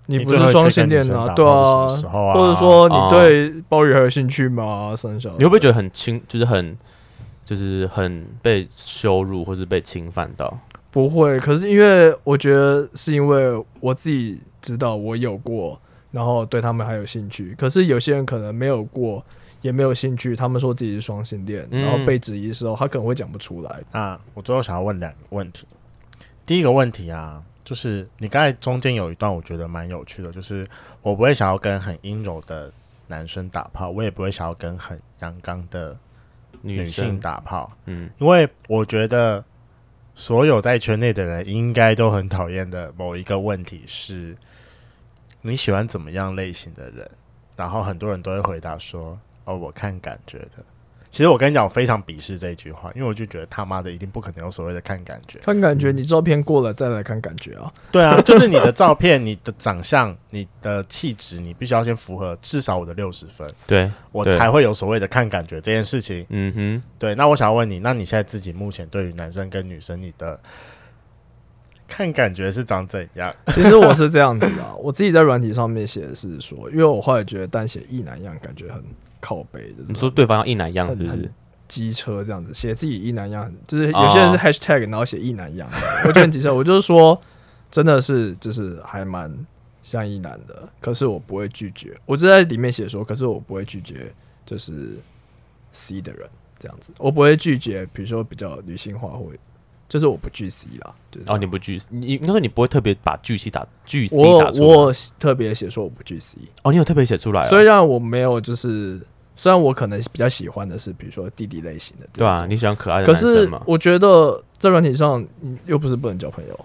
Speaker 4: 你不是双性恋
Speaker 2: 你最后一次跟女生打炮
Speaker 4: 啊，对啊
Speaker 2: 是什么时候啊
Speaker 4: 或者说
Speaker 1: 哦
Speaker 4: 你对鲍鱼还有兴趣吗？三小，
Speaker 1: 你会不会觉得很轻，就是很就是很被羞辱或是被侵犯到？
Speaker 4: 不会？可是因为我觉得是因为我自己知道我有过，然后对他们还有兴趣。可是有些人可能没有过，也没有兴趣，他们说自己是双性恋，
Speaker 1: 嗯
Speaker 4: 然后被质疑的时候，他可能会讲不出来。
Speaker 2: 那我最后想要问两个问题，啊第一个问题啊，就是你刚才中间有一段我觉得蛮有趣的，就是我不会想要跟很阴柔的男生打炮，我也不会想要跟很阳刚的女
Speaker 1: 生
Speaker 2: 性打炮，
Speaker 1: 嗯，
Speaker 2: 因为我觉得所有在圈内的人应该都很讨厌的某一个问题是，你喜欢怎么样类型的人？然后很多人都会回答说：“哦，我看感觉的。”其实我跟你讲，我非常鄙视这一句话，因为我就觉得他妈的一定不可能有所谓的看感觉。
Speaker 4: 看感觉，你照片过了再来看感觉
Speaker 1: *laughs*
Speaker 4: 啊。
Speaker 2: 对 *laughs* 啊，就是你的照片、你的长相、你的气质，你必须要先符合至少我的六十分，
Speaker 1: 对，
Speaker 2: 我
Speaker 1: 对
Speaker 2: 才会有所谓的看感觉这件事情。
Speaker 1: 嗯哼，
Speaker 2: 对，那我想要问你，那你现在自己目前对于男生跟女生，你的看感觉是长怎样？ *laughs*
Speaker 4: 其实我是这样子的啊，我自己在软体上面写的是说，因为我后来觉得单写一男一样感觉很靠背，就是啊
Speaker 1: 你说对方要一男一样是
Speaker 4: 很
Speaker 1: 不是？
Speaker 4: 机车这样子，写自己一男一样，就是
Speaker 1: 哦
Speaker 4: 有些人是 hashtag，、然后写一男一样，我觉得很机车。 *laughs* 我就是说，真的是就是还蛮像一男的，可是我不会拒绝。我就在里面写说，可是我不会拒绝，就是 C 的人这样子，我不会拒绝，比如说比较女性化或。就是我不拒 C 啦，就是
Speaker 1: 哦，
Speaker 4: 这样、
Speaker 1: 你不拒，你应该说你不会特别把巨 C 打巨 C
Speaker 4: 我
Speaker 1: 打
Speaker 4: 有
Speaker 1: 出来啊
Speaker 4: 我有特别写说我不拒 C，
Speaker 1: 哦，你有特别写出来、哦，
Speaker 4: 虽然我没有就是，虽然我可能比较喜欢的是比如说弟弟类型的，
Speaker 1: 对啊，，你喜欢可爱的
Speaker 4: 可
Speaker 1: 男生
Speaker 4: 是
Speaker 1: 嘛？
Speaker 4: 我觉得在软体上，你又不是不能交朋友，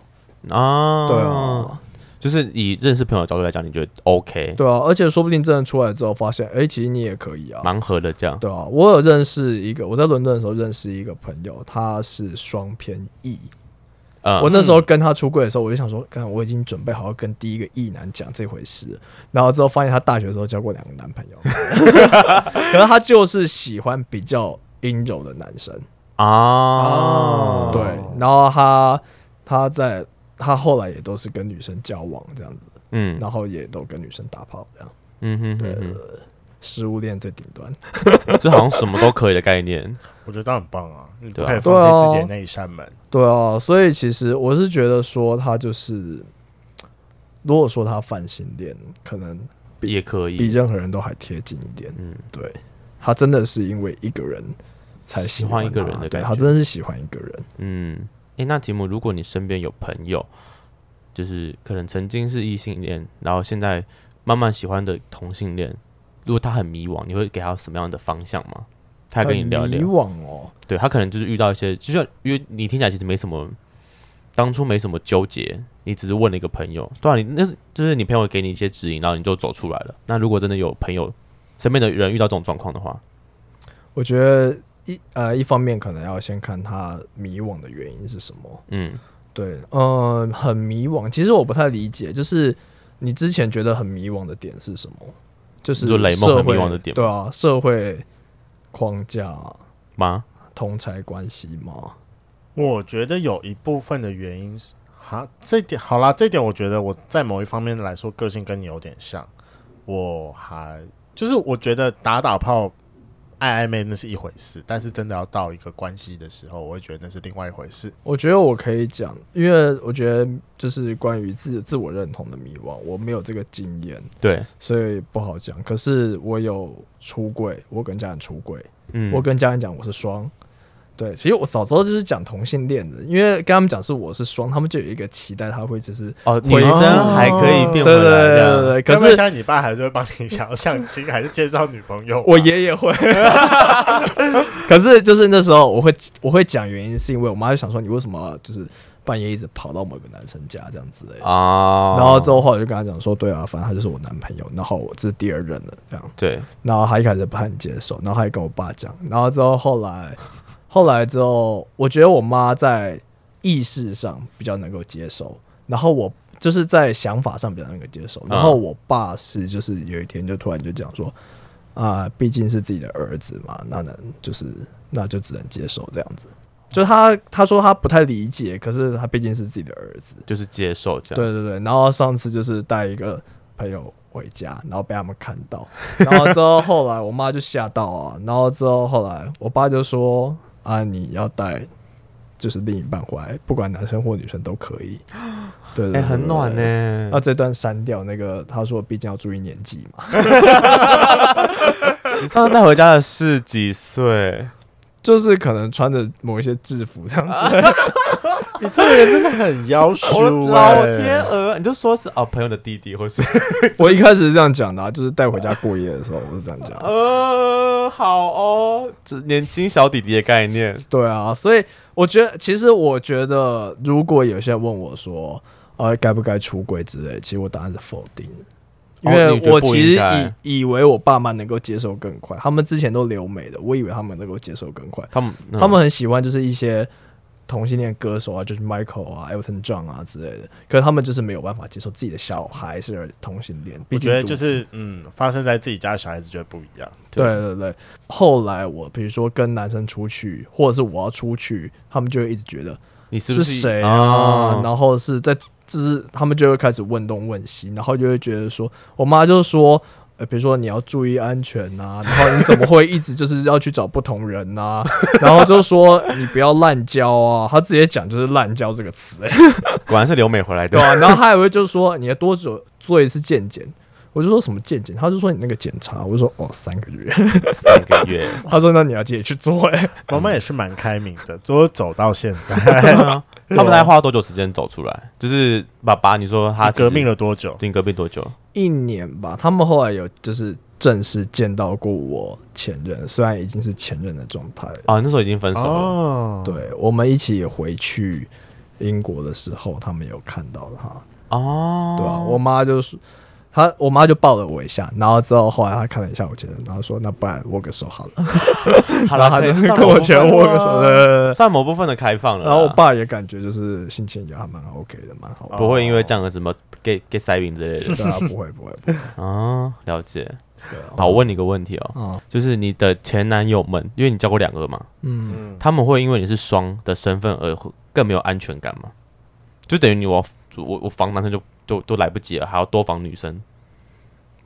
Speaker 1: 啊，
Speaker 4: 对，啊，
Speaker 1: 就是以认识朋友的角度来讲，你觉得 OK，
Speaker 4: 对啊，而且说不定真的出来之后发现，哎、其实你也可以啊，
Speaker 1: 盲盒的这样，
Speaker 4: 对啊，我有认识一个，我在伦敦的时候认识一个朋友，他是双偏异，
Speaker 1: 嗯，
Speaker 4: 啊我那时候跟他出柜的时候，我就想说，看我已经准备好要跟第一个异男讲这回事了，然后之后发现他大学的时候交过两个男朋
Speaker 1: *laughs*
Speaker 4: 友，可是他就是喜欢比较阴柔的男生，
Speaker 1: 啊，
Speaker 2: 哦
Speaker 4: 对，然后他他在他后来也都是跟女生交往这样子，
Speaker 1: 嗯
Speaker 4: 然后也都跟女生打炮这样，
Speaker 1: 嗯哼
Speaker 4: 对
Speaker 1: 哼哼，
Speaker 4: 食物链最顶端。
Speaker 1: 这好像什么都可以的概念。
Speaker 2: 我觉得这样很棒啊！你不
Speaker 1: 对啊
Speaker 2: 可以放弃自己的那一扇门，
Speaker 4: 对啊，所以其实我是觉得说他就是，如果说他泛性恋，可能
Speaker 1: 也可
Speaker 4: 比
Speaker 1: 以，
Speaker 4: 任何人都还贴近一点。
Speaker 1: 嗯，
Speaker 4: 对他真的是因为一个人才喜
Speaker 1: 喜欢一个
Speaker 4: 他
Speaker 1: 人的
Speaker 4: 对
Speaker 1: 感
Speaker 4: 他
Speaker 1: 觉
Speaker 4: 真的是喜欢一个人。
Speaker 1: 嗯，诶，那题目，如果你身边有朋友，就是可能曾经是异性恋，然后现在慢慢喜欢的同性恋，如果他很迷惘，你会给他什么样的方向吗？他跟你聊一
Speaker 4: 很迷
Speaker 1: 聊，
Speaker 4: 惘哦，
Speaker 1: 对他可能就是遇到一些，就像因为你听起来其实没什么，当初没什么纠结，你只是问了一个朋友，对啊，你那是就是你朋友给你一些指引，然后你就走出来了。那如果真的有朋友身边的人遇到这种状况的话，
Speaker 4: 我觉得一呃一方面可能要先看他迷惘的原因是什么。
Speaker 1: 嗯
Speaker 4: 对，嗯、很迷惘。其实我不太理解，就是你之前觉得很迷惘的点是什么？就是
Speaker 1: 你说雷梦很迷
Speaker 4: 社会
Speaker 1: 惘的点吗
Speaker 4: 对啊，社会框架、
Speaker 1: 吗？
Speaker 4: 同才关系嘛。
Speaker 2: 我觉得有一部分的原因是，哈，这点好啦，这点我觉得我在某一方面来说，个性跟你有点像。我还就是我觉得打打炮、爱暧昧那是一回事，但是真的要到一个关系的时候，我会觉得那是另外一回事。
Speaker 4: 我觉得我可以讲，因为我觉得就是关于自自我认同的迷惘，我没有这个经验，
Speaker 1: 对，
Speaker 4: 所以不好讲。可是我有出柜，我跟家人出柜，
Speaker 1: 嗯，
Speaker 4: 我跟家人讲我是双。对，其实我早知道就是讲同性恋的，因为跟他们讲是我是双，他们就有一个期待，他会就是
Speaker 1: 哦，女
Speaker 4: 回
Speaker 1: 生还可以变回
Speaker 4: 对对
Speaker 1: 来这样
Speaker 4: 对对对，
Speaker 2: 该
Speaker 4: 可
Speaker 2: 不会
Speaker 4: 是
Speaker 2: 现在你爸还是会帮你想要相亲，还是介绍女朋友吧？
Speaker 4: 我爷 *laughs* 爷会，可是就是那时候我会我会讲原因，是因为我妈就想说你为什么就是半夜一直跑到某个男生家这样子、欸，
Speaker 1: 啊，
Speaker 4: 然后之后后来就跟他讲说，对啊，反正他就是我男朋友，然后我这是第二任了这样，
Speaker 1: 哦对，
Speaker 4: 然后他一开始不太接受，然后他也跟我爸讲，然后之后后来 *laughs* 后来之后，我觉得我妈在意识上比较能够接受，然后我就是在想法上比较能够接受，然后我爸是就是有一天就突然就讲说，啊、毕竟是自己的儿子嘛，那能就是那就只能接受这样子，就他他说他不太理解，可是他毕竟是自己的儿子，
Speaker 1: 就是接受这样。
Speaker 4: 对对对，然后上次就是带一个朋友回家，然后被他们看到， *laughs* 然后之后后来我妈就吓到啊，然后之后后来我爸就说啊，你要带就是另一半回来，不管男生或女生都可
Speaker 1: *gasps*
Speaker 4: 以。对对
Speaker 1: 哎、
Speaker 4: 对啊
Speaker 1: 很暖呢、。欸
Speaker 4: 那这段删掉那个，他说毕竟要注意年纪嘛，
Speaker 1: *laughs* 你上次带回家的是几岁？
Speaker 4: 就是可能穿着某一些制服这样
Speaker 1: *laughs*
Speaker 4: 子。
Speaker 2: *laughs* 你这个人真的很妖 *laughs* 羞、
Speaker 1: 我
Speaker 2: 欸，
Speaker 1: 的老天鹅，你就说是哦朋友的弟弟，
Speaker 4: *laughs*
Speaker 1: 或是
Speaker 4: 我一开始是这样讲的、啊，就是带回家过夜的时候我是这样讲。
Speaker 1: 呃好哦，这年轻小弟弟的概念。
Speaker 4: 对啊，所以我觉得，其实我觉得，如果有些人问我说，呃，该不该出轨之类，其实我答案是否定的。因
Speaker 1: 哦
Speaker 4: 为
Speaker 1: 你觉得
Speaker 4: 我
Speaker 1: 不
Speaker 4: 其
Speaker 1: 应
Speaker 4: 实
Speaker 1: 该
Speaker 4: 以以为我爸妈能够接受更快，他们之前都留美的，我以为他们能够接受更快。
Speaker 1: 他们、嗯
Speaker 4: 他们很喜欢就是一些同性恋歌手啊，就是 Michael 啊、Elton John 啊之类的，可是他们就是没有办法接受自己的小孩是同性恋。毕
Speaker 2: 我
Speaker 4: 竟
Speaker 2: 觉得
Speaker 4: 独
Speaker 2: 就是嗯，发生在自己家小孩子觉得不一样。
Speaker 4: 对对对，后来我比如说跟男生出去，或者是我要出去，他们就会一直觉得
Speaker 1: 你是不是
Speaker 4: 谁啊？
Speaker 1: 哦
Speaker 4: 然后是在就是他们就会开始问东问西，然后就会觉得说，我妈就说。呃，比如说你要注意安全呐、然后你怎么会一直就是要去找不同人呐、 *laughs* 然后就说你不要滥交啊，她直接讲就是滥交这个
Speaker 1: *laughs*
Speaker 4: 词、欸，
Speaker 1: 果然是留美回来的
Speaker 4: 对。啊，然后他还会就说你要多久做一次健检，我就说什么健检，他就说你那个检查，我就说哦三个月， *laughs*
Speaker 1: 三个月，
Speaker 4: 他说那你要自己去做、欸，
Speaker 2: 妈妈也是蛮开明的，都走到现 *laughs*
Speaker 1: 对
Speaker 2: 在，
Speaker 1: 啊他们大概花了多久时间走出来？就是爸爸，你说他
Speaker 2: 你革命
Speaker 1: 了，
Speaker 2: 了多久？
Speaker 1: 对，你革命多久？
Speaker 4: 一年吧，他们后来有就是正式见到过我前任，虽然已经是前任的状态了。
Speaker 1: 啊，那时候已经分手了。
Speaker 2: 哦，，
Speaker 4: 对我们一起回去英国的时候，他们有看到他，
Speaker 1: 哦，
Speaker 4: 对吧、我妈就是她，我妈就抱了我一下，然后之后后来她看了一下我前任，然后说那不然握个手好了，
Speaker 1: 好了，
Speaker 4: 然 *laughs* 后她
Speaker 1: 可以
Speaker 4: 就
Speaker 1: 算
Speaker 4: 跟
Speaker 1: 某
Speaker 4: 我
Speaker 1: 部
Speaker 4: 前
Speaker 1: 分
Speaker 4: 任
Speaker 1: 了
Speaker 4: 握个手，对对对对
Speaker 1: 算某部分的开放了啦。
Speaker 4: 然后我爸也感觉就是性情也还蛮 OK 的，蛮好的。
Speaker 1: 不会因为这样而怎么给给塞饼之
Speaker 4: *laughs*
Speaker 1: 类的
Speaker 4: 对啊，不会不会不会，
Speaker 1: 啊？了解。
Speaker 4: 对啊
Speaker 1: 好，我问你个问题哦，
Speaker 4: 啊，
Speaker 1: 就是你的前男友们，因为你交过两个嘛，
Speaker 4: 嗯，
Speaker 2: 嗯，
Speaker 1: 他们会因为你是双的身份而更没有安全感吗？就等于你我要就我我防男生就就都来不及了，还要多防女生。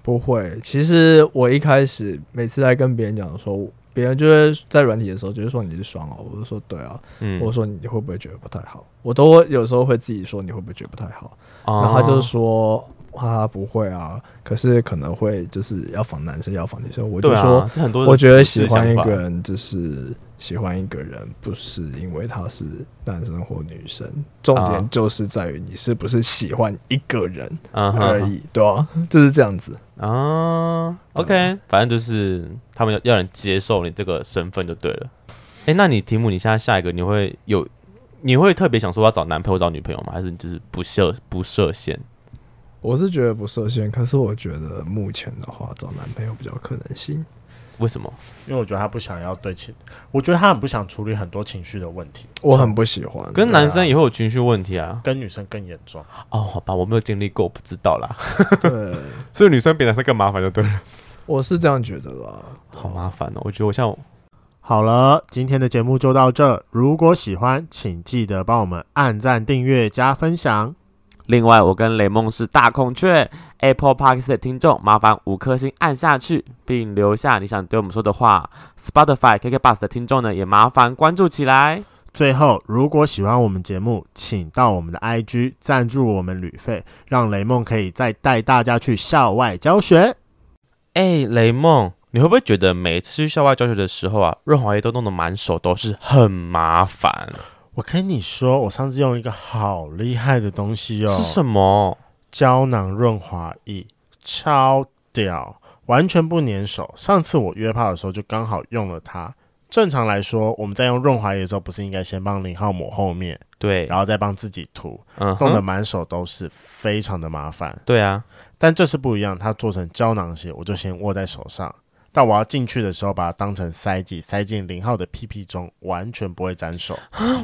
Speaker 4: 不会，其实我一开始每次在跟别人讲的时候，别人就会在软体的时候，就是说你是双哦，我就说对啊，
Speaker 1: 嗯，
Speaker 4: 我说你会不会觉得不太好？我都会有时候会自己说你会不会觉得不太好，然后他就
Speaker 1: 哦
Speaker 4: 说啊不会啊，可是可能会就是要防男生要防女生，我就
Speaker 1: 对
Speaker 4: 说、
Speaker 1: 啊，这很多
Speaker 4: 我觉得
Speaker 1: 普
Speaker 4: 喜
Speaker 1: 世
Speaker 4: 欢
Speaker 1: 想
Speaker 4: 一
Speaker 1: 法
Speaker 4: 个人就是喜欢一个人，不是因为他是男生或女生，重
Speaker 1: 啊
Speaker 4: 点就是在于你是不是喜欢一个人
Speaker 1: 嗯哼
Speaker 4: 而已，对啊， *laughs* 就是这样子。
Speaker 1: 啊，OK，反正就是他们要要人接受你这个身份就对了。哎、那你题目你现在下一个你会有，你会特别想说要找男朋友找女朋友吗？还是你就是不设不设限？
Speaker 4: 我是觉得不设限，可是我觉得目前的话找男朋友比较可能性。
Speaker 1: 为什么？
Speaker 2: 因为我觉得他不想要对情，我觉得他很不想处理很多情绪的问题，
Speaker 4: 我很不喜欢，
Speaker 1: 跟男生也会有情绪问题啊。
Speaker 2: 跟女生更严重。
Speaker 1: 哦，好吧，我没有经历过，我不知道啦。
Speaker 4: 对，
Speaker 1: *laughs* 所以女生比男生更麻烦就对了，
Speaker 4: 我是这样觉得啦。
Speaker 1: 好麻烦哦。我觉得我像
Speaker 2: 好了，今天的节目就到这。如果喜欢，请记得帮我们按赞、订阅、加分享。
Speaker 3: 另外，我跟雷梦是大孔雀 Apple Park 的听众，麻烦五颗星按下去，并留下你想对我们说的话。Spotify KK Bus 的听众呢，也麻烦关注起来。
Speaker 2: 最后，如果喜欢我们节目，请到我们的 IG 赞助我们旅费，让雷梦可以再带大家去校外教学。
Speaker 1: 哎、雷梦，你会不会觉得每次去校外教学的时候啊，润滑液都弄得满手都是，很麻烦？
Speaker 2: 我跟你说，我上次用一个好厉害的东西哦，
Speaker 1: 是什么？
Speaker 2: 胶囊润滑液，超屌，完全不粘手。上次我约炮的时候就刚好用了它。正常来说，我们在用润滑液的时候，不是应该先帮零号抹后面，
Speaker 1: 对，
Speaker 2: 然后再帮自己涂，
Speaker 1: 嗯哼，
Speaker 2: 弄得满手都是，非常的麻烦。
Speaker 1: 对啊，
Speaker 2: 但这次不一样，它做成胶囊型，我就先握在手上。但我要进去的时候，把它当成塞剂塞进零号的屁屁中，完全不会沾手。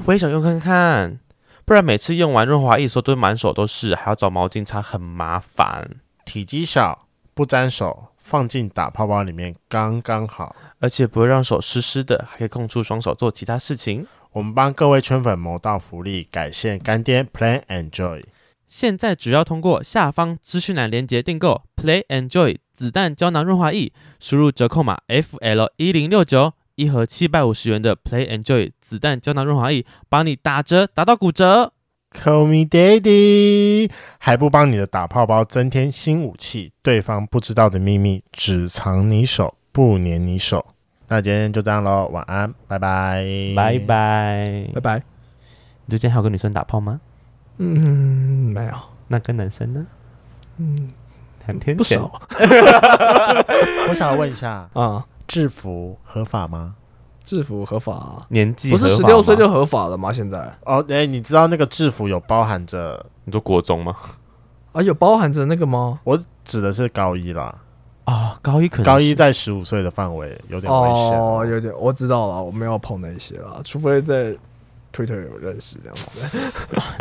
Speaker 1: 我也想用看看，不然每次用完润滑液的时候都满手都是，还要找毛巾擦，很麻烦。
Speaker 2: 体积小，不沾手，放进打泡泡里面刚刚好。
Speaker 1: 而且不会让手湿湿的，还可以空出双手做其他事情。
Speaker 2: 我们帮各位圈粉谋到福利，感谢干爹 Plan and Joy。
Speaker 1: 现在只要通过下方资讯栏链接订购 Play Enjoy 子弹胶囊润滑液，输入折扣码 F L 一零六九，一盒七百五十元的 Play Enjoy 子弹胶囊润滑液，帮你打折打到骨折。
Speaker 2: Call me daddy，还不帮你的打泡包增添新武器？对方不知道的秘密，只藏你手，不粘你手。那今天就这样喽，晚安，拜拜，
Speaker 1: 拜嗯拜。
Speaker 4: 拜拜。
Speaker 1: 你最近还有跟女生打炮吗？
Speaker 4: 嗯，没有，
Speaker 1: 那跟男生呢？
Speaker 4: 嗯，
Speaker 1: 两天
Speaker 4: 不
Speaker 1: 前
Speaker 4: 少
Speaker 2: 我想要问一下，
Speaker 4: 啊。
Speaker 2: 制服合法吗？
Speaker 4: 制服合法啊、
Speaker 1: 年纪
Speaker 4: 不是
Speaker 1: 合
Speaker 4: 十
Speaker 1: 法
Speaker 4: 六岁
Speaker 1: 吗
Speaker 4: 就合法了吗？现在
Speaker 2: 哦，哎、你知道那个制服有包含着，
Speaker 1: 你说国中吗？
Speaker 4: 啊，有包含着那个吗？
Speaker 2: 我指的是高一啦，
Speaker 1: 啊、高一可能
Speaker 2: 高
Speaker 1: 是
Speaker 2: 一在十五岁的范围有点危险哦、
Speaker 4: 哦，有点，我知道了，我没有碰那些了，除非在 Twitter 有认识这样子。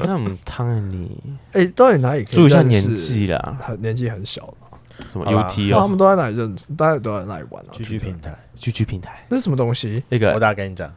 Speaker 1: 那么烫啊
Speaker 2: *laughs*
Speaker 1: 你，
Speaker 4: 哎、到底哪里可以
Speaker 1: 注意一下
Speaker 4: 认识
Speaker 1: 年纪啦，
Speaker 4: 很年纪很小的，
Speaker 1: 什么
Speaker 2: 好啦
Speaker 1: UT
Speaker 4: 他
Speaker 1: 哦，
Speaker 4: 们都在哪里认识？大家都在哪里玩啊？
Speaker 2: GG 平台，
Speaker 1: 聚聚平台
Speaker 4: 那是什么东西？
Speaker 1: 那
Speaker 2: 我
Speaker 1: 个
Speaker 2: 等下跟你讲。